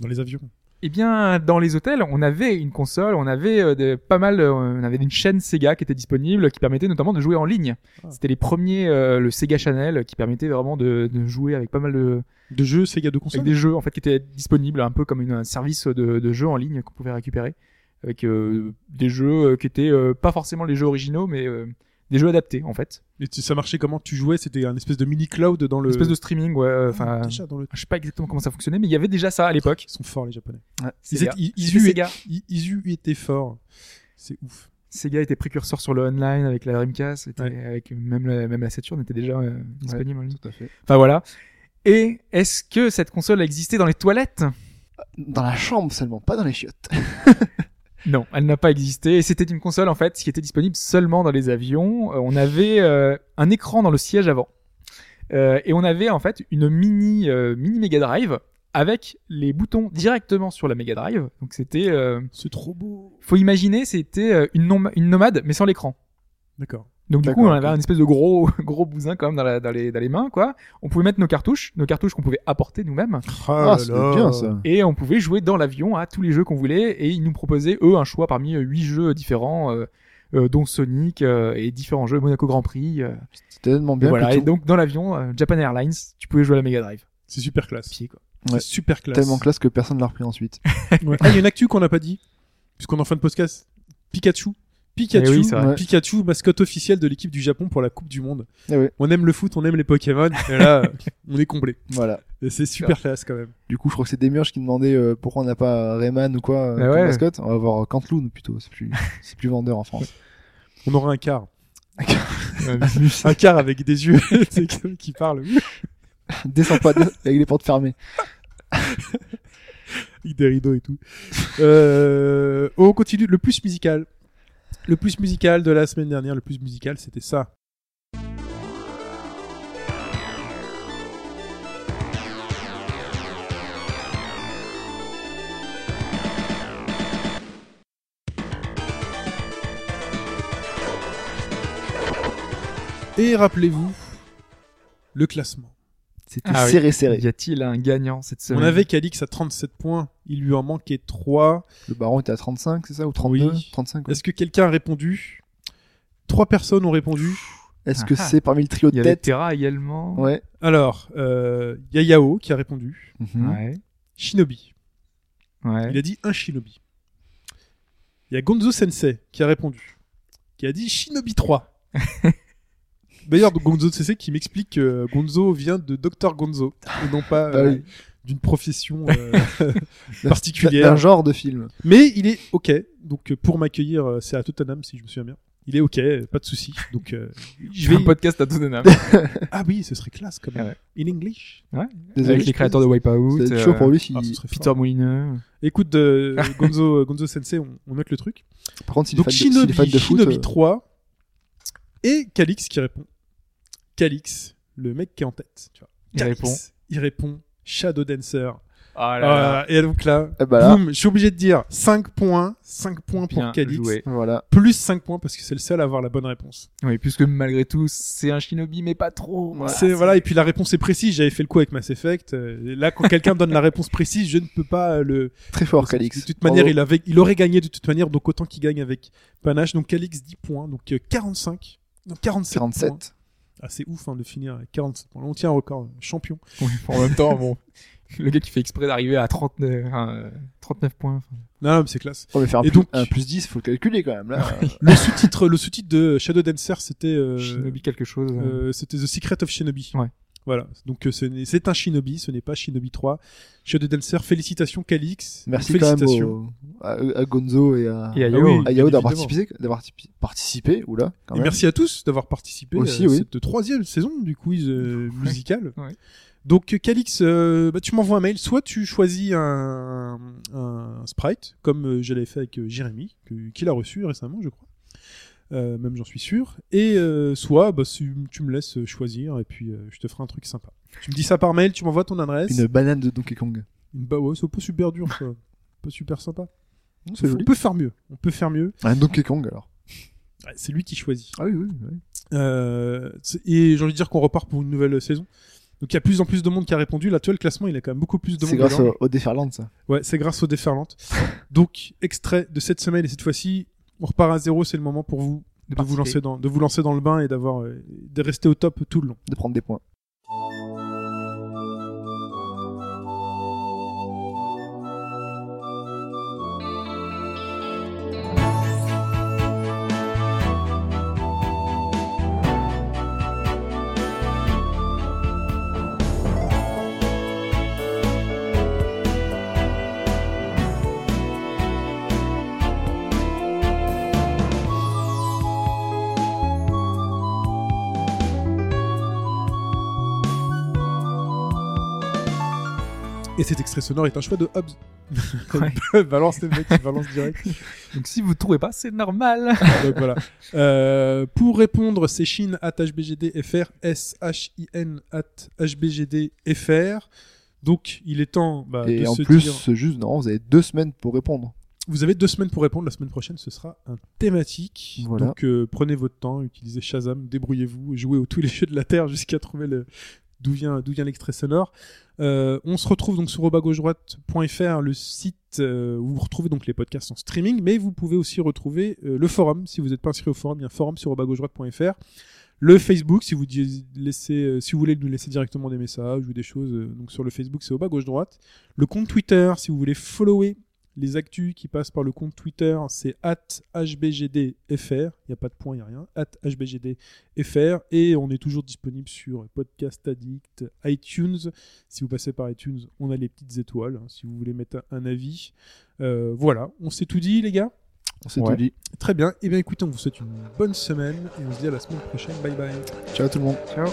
S3: Dans les avions.
S4: Eh bien, dans les hôtels, on avait une console, on avait euh, de- pas mal, euh, on avait une chaîne Sega qui était disponible, qui permettait notamment de jouer en ligne.
S3: Ah.
S4: C'était les premiers, euh, le Sega Channel, euh, qui permettait vraiment de, de jouer avec pas mal de
S3: De jeux Sega de
S4: avec
S3: console.
S4: des jeux en fait qui étaient disponibles, un peu comme une- un service de, de jeu en ligne qu'on pouvait récupérer, avec euh, des jeux euh, qui étaient euh, pas forcément les jeux originaux, mais euh, des jeux adaptés en fait.
S3: Et tu- ça marchait comment Tu jouais C'était un espèce de mini cloud dans le.
S4: Une espèce de streaming, ouais. euh,
S3: Ah,
S4: Enfin,
S3: déjà dans le.
S4: je sais pas exactement comment ça fonctionnait, mais il y avait déjà ça à l'époque.
S3: Ils sont forts les Japonais. Ils
S4: Sega.
S3: étaient- ils- ils
S4: C'était
S3: eu-
S4: Sega.
S3: I- Isu était fort. C'est ouf.
S4: Sega était précurseur sur le online avec la Dreamcast, était-
S3: Ouais.
S4: avec même la, même la Saturn était déjà euh, disponible en ligne.
S3: Tout à fait.
S4: Enfin voilà. Et est-ce que cette console a existé dans les toilettes
S5: Dans la chambre seulement, pas dans les chiottes.
S4: Non, elle n'a pas existé. Et c'était une console en fait qui était disponible seulement dans les avions. Euh, on avait euh, un écran dans le siège avant. Euh, et on avait en fait une mini euh, mini Mega Drive avec les boutons directement sur la Mega Drive. Donc c'était euh,
S3: C'est trop beau.
S4: faut imaginer c'était euh, une, nom- une nomade mais sans l'écran.
S3: D'accord.
S4: Donc du coup,
S5: D'accord,
S4: on avait
S5: ok.
S4: un espèce de gros gros bousin quand même dans, la- dans les dans les mains quoi. On pouvait mettre nos cartouches, nos cartouches qu'on pouvait apporter nous-mêmes
S5: Ah, c'est bien ça.
S4: et on pouvait jouer dans l'avion à tous les jeux qu'on voulait et ils nous proposaient eux un choix parmi euh, huit jeux différents euh, euh, dont Sonic euh, et différents jeux Monaco Grand Prix euh,
S5: C'était tellement
S4: et
S5: bien.
S4: voilà
S5: que
S4: et
S5: tout-
S4: donc dans l'avion euh, Japan Airlines tu pouvais jouer à la Mega Drive
S3: C'est super classe.
S4: pied quoi
S5: Ouais.
S3: C'est super classe.
S5: Tellement classe que personne ne l'a repris ensuite.
S3: Ouais. Ah, il y a une actu qu'on n'a pas dit, puisqu'on est en fin de podcast. Pikachu. Pikachu,
S4: Eh oui, c'est vrai.
S5: Ouais.
S3: Pikachu, mascotte officielle de l'équipe du Japon pour la Coupe du Monde.
S5: Eh oui,
S3: On aime le foot, on aime les Pokémon, et là, on est comblé.
S5: voilà.
S3: Et c'est super classe quand même.
S5: Du coup, je crois que c'est Demiurge qui demandait euh, pourquoi on n'a pas Rayman ou quoi euh,
S4: Ah
S5: comme
S4: ouais.
S5: mascotte. On va voir Canteloon plutôt. C'est plus, c'est plus vendeur en France.
S3: On aura un quart.
S4: Ouais,
S3: Un quart avec des yeux c'est quelqu'un qui parle.
S5: Descends pas des- avec les portes fermées.
S3: avec des rideaux et tout. Euh, on continue. Le plus musical. Le plus musical de la semaine dernière, le plus musical, c'était ça. Et rappelez-vous le classement.
S5: C'était
S4: Ah oui.
S5: serré, serré.
S4: y a-t-il un gagnant cette
S3: On
S4: semaine
S3: avait Calix à 37 points, il lui en manquait 3.
S5: Le baron était à 35, c'est ça Ou 32
S3: Oui.
S5: 35. ouais.
S3: Est-ce que quelqu'un a répondu Trois personnes ont répondu.
S5: Est-ce que
S4: Ah.
S5: c'est parmi le trio
S4: il
S5: de
S4: y avait
S5: tête
S4: Terra également
S5: Ouais.
S3: Alors, euh, il y a Yao qui a répondu.
S5: Mhm.
S4: ouais,
S3: Shinobi.
S4: ouais.
S5: Mmh.
S3: Il a dit un Shinobi. Il y a Gonzo Sensei qui a répondu. Qui a dit Shinobi 3. D'ailleurs, Gonzo Sensei qui m'explique que Gonzo vient de Dr Gonzo et non pas euh,
S5: Bah oui.
S3: d'une profession euh,
S5: D'un
S3: particulière.
S5: genre de film.
S3: Mais il est OK. Donc, euh, pour m'accueillir, euh, c'est à Tottenham si je me souviens bien. Il est OK, euh, pas de souci. Donc, euh,
S4: je
S3: je
S4: vais
S3: vais.
S4: un podcast à Tottenham
S3: Ah oui, ce serait classe quand même.
S4: Ah
S3: In English.
S5: Désolé,
S4: avec les
S5: je-
S4: créateurs de Wipeout
S5: C'est chaud
S4: euh,
S5: pour lui. s'il-
S3: Ah, ce serait fort.
S4: Peter Molineux
S3: Écoute, euh, Gonzo, Gonzo Sensei, on, on note le truc.
S5: Par contre, s'il est
S3: Donc
S5: fan de- s'il
S3: Shinobi,
S5: est fan de foot.
S3: Shinobi
S5: euh,
S3: 3 et Calix qui répond. Calix, le mec qui est en tête. Tu vois.
S4: il
S3: Calix,
S4: répond
S3: Il répond Shadow Dancer.
S4: ah
S3: Voilà. Et donc là,
S5: eh ben là,
S3: boum, je suis obligé de dire 5 points, 5 points pour
S4: Bien
S3: Calix,
S4: joué.
S5: Voilà.
S3: plus 5 points parce que c'est le seul à avoir la bonne réponse.
S4: oui puisque malgré tout c'est un shinobi mais pas trop voilà,
S3: c'est voilà et puis la réponse est précise. J'avais fait le coup avec Mass Effect. Euh, et là, quand quelqu'un donne la réponse précise, je ne peux pas euh, le
S5: Très fort, Calix.
S3: De toute manière,
S5: Bravo.
S3: il, avait, il aurait gagné de toute manière, donc autant qu'il gagne avec Panache. Donc Calix 10 points, donc euh, 45. Non, 47. points.
S5: 47.
S3: Ah, c'est ouf hein, de finir avec 47 points. On tient un record, euh, champion.
S4: Oui, en même temps, bon, le gars qui fait exprès d'arriver à 39, euh, 39 points. enfin,
S3: Non, non, mais c'est classe.
S5: On va faire un,
S3: Et
S5: plus,
S3: donc-
S5: un plus 10, faut le calculer quand même. Là.
S3: Le sous-titre le sous-titre de Shadow Dancer, c'était euh,
S4: Shinobi quelque chose. euh.
S3: euh, c'était The Secret of Shinobi.
S4: Ouais.
S3: Voilà, donc euh, ce n'est- c'est un Shinobi, ce n'est pas Shinobi 3. Shadow Dancer, félicitations Calix.
S5: Merci quand même
S3: félicitations.
S5: au- à, à Gonzo et à,
S4: Et à
S3: Ah
S4: Yo,
S3: oui,
S4: hein.
S5: à Yao d'avoir
S3: évidemment.
S5: participé, d'avoir tipi- participé, oula, quand
S3: Et
S5: même.
S3: merci à tous d'avoir participé
S5: Aussi,
S3: à
S5: oui.
S3: cette troisième saison du quiz euh, musical.
S4: Ouais.
S3: Donc euh, Calix, euh, bah, tu m'envoies un mail, soit tu choisis un, un sprite, comme euh, je l'avais fait avec euh, Jérémy, que- qu'il a reçu récemment, je crois. Euh, même j'en suis sûr. Et euh, soit bah, tu, tu me laisses choisir et puis euh, je te ferai un truc sympa. Tu me dis ça par mail, tu m'envoies ton adresse.
S5: Une banane de Donkey Kong.
S3: Une- Bah ouais, c'est pas super dur, quoi. pas super sympa.
S5: C'est
S3: on
S5: joli.
S3: peut faire mieux. On peut faire mieux.
S5: Un Donkey Kong alors.
S3: Ouais, C'est lui qui choisit.
S5: Ah oui, oui. oui.
S3: Euh, c'est- et j'ai envie de dire qu'on repart pour une nouvelle saison. Donc il y a plus en plus de monde qui a répondu. Là, tu vois, le classement, il a quand même beaucoup plus de monde.
S5: C'est grâce
S3: dedans.
S5: au, au déferlante ça.
S3: Ouais, c'est grâce aux déferlantes. Donc, extrait de cette semaine et cette fois-ci, on repart à zéro. C'est le moment pour vous de, vous
S4: participer.
S3: lancer dans, de vous lancer dans le bain et d'avoir, euh, de rester au top tout le long.
S5: De prendre des points.
S3: Et cet extrait sonore est un choix de Hobbs. balance les mecs, balance direct.
S4: Donc si vous trouvez pas, c'est normal.
S3: Donc voilà. Euh, pour répondre, c'est chine at hbgdfr, s-h-i-n at hbgdfr. Donc il est temps bah,
S5: Et
S3: de
S5: en
S3: se
S5: plus,
S3: dire.
S5: c'est juste, non, vous avez deux semaines pour répondre.
S3: Vous avez deux semaines pour répondre. La semaine prochaine, ce sera un thématique.
S5: Voilà.
S3: Donc euh, prenez votre temps, utilisez Shazam, débrouillez-vous, jouez aux tous les jeux de la Terre jusqu'à trouver le... d'où vient, d'où vient l'extrait sonore. Euh, on se retrouve donc sur robagaugedroite.fr, le site euh, où vous retrouvez donc les podcasts en streaming, mais vous pouvez aussi retrouver euh, le forum. Si vous n'êtes pas inscrit au forum, il y a un forum sur robagaugedroite.fr. Le Facebook, si vous, dis- laissez, euh, si vous voulez nous laisser directement des messages ou des choses, euh, donc sur le Facebook, c'est au bas gauche droite. Le compte Twitter, si vous voulez follower les actus qui passent par le compte Twitter, c'est at hbgdfr. Il n'y a pas de point, il n'y a rien. At hbgdfr. Et on est toujours disponible sur Podcast Addict, iTunes. Si vous passez par iTunes, on a les petites étoiles. hein, si vous voulez mettre un un avis. Euh, voilà, on s'est tout dit, les gars.
S5: On s'est
S4: Ouais.
S5: tout dit.
S3: Très bien. Eh bien, écoutez, on vous souhaite une bonne semaine et on se dit à la semaine prochaine. Bye bye.
S5: Ciao tout le monde.
S1: Atomic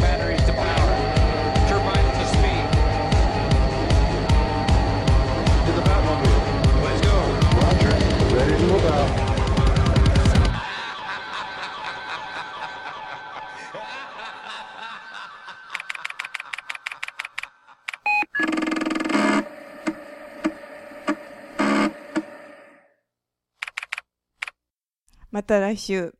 S1: batteries to power. Turbines to speed. To the Batmobile. Let's go. Roger. Ready to move out.
S6: また来週。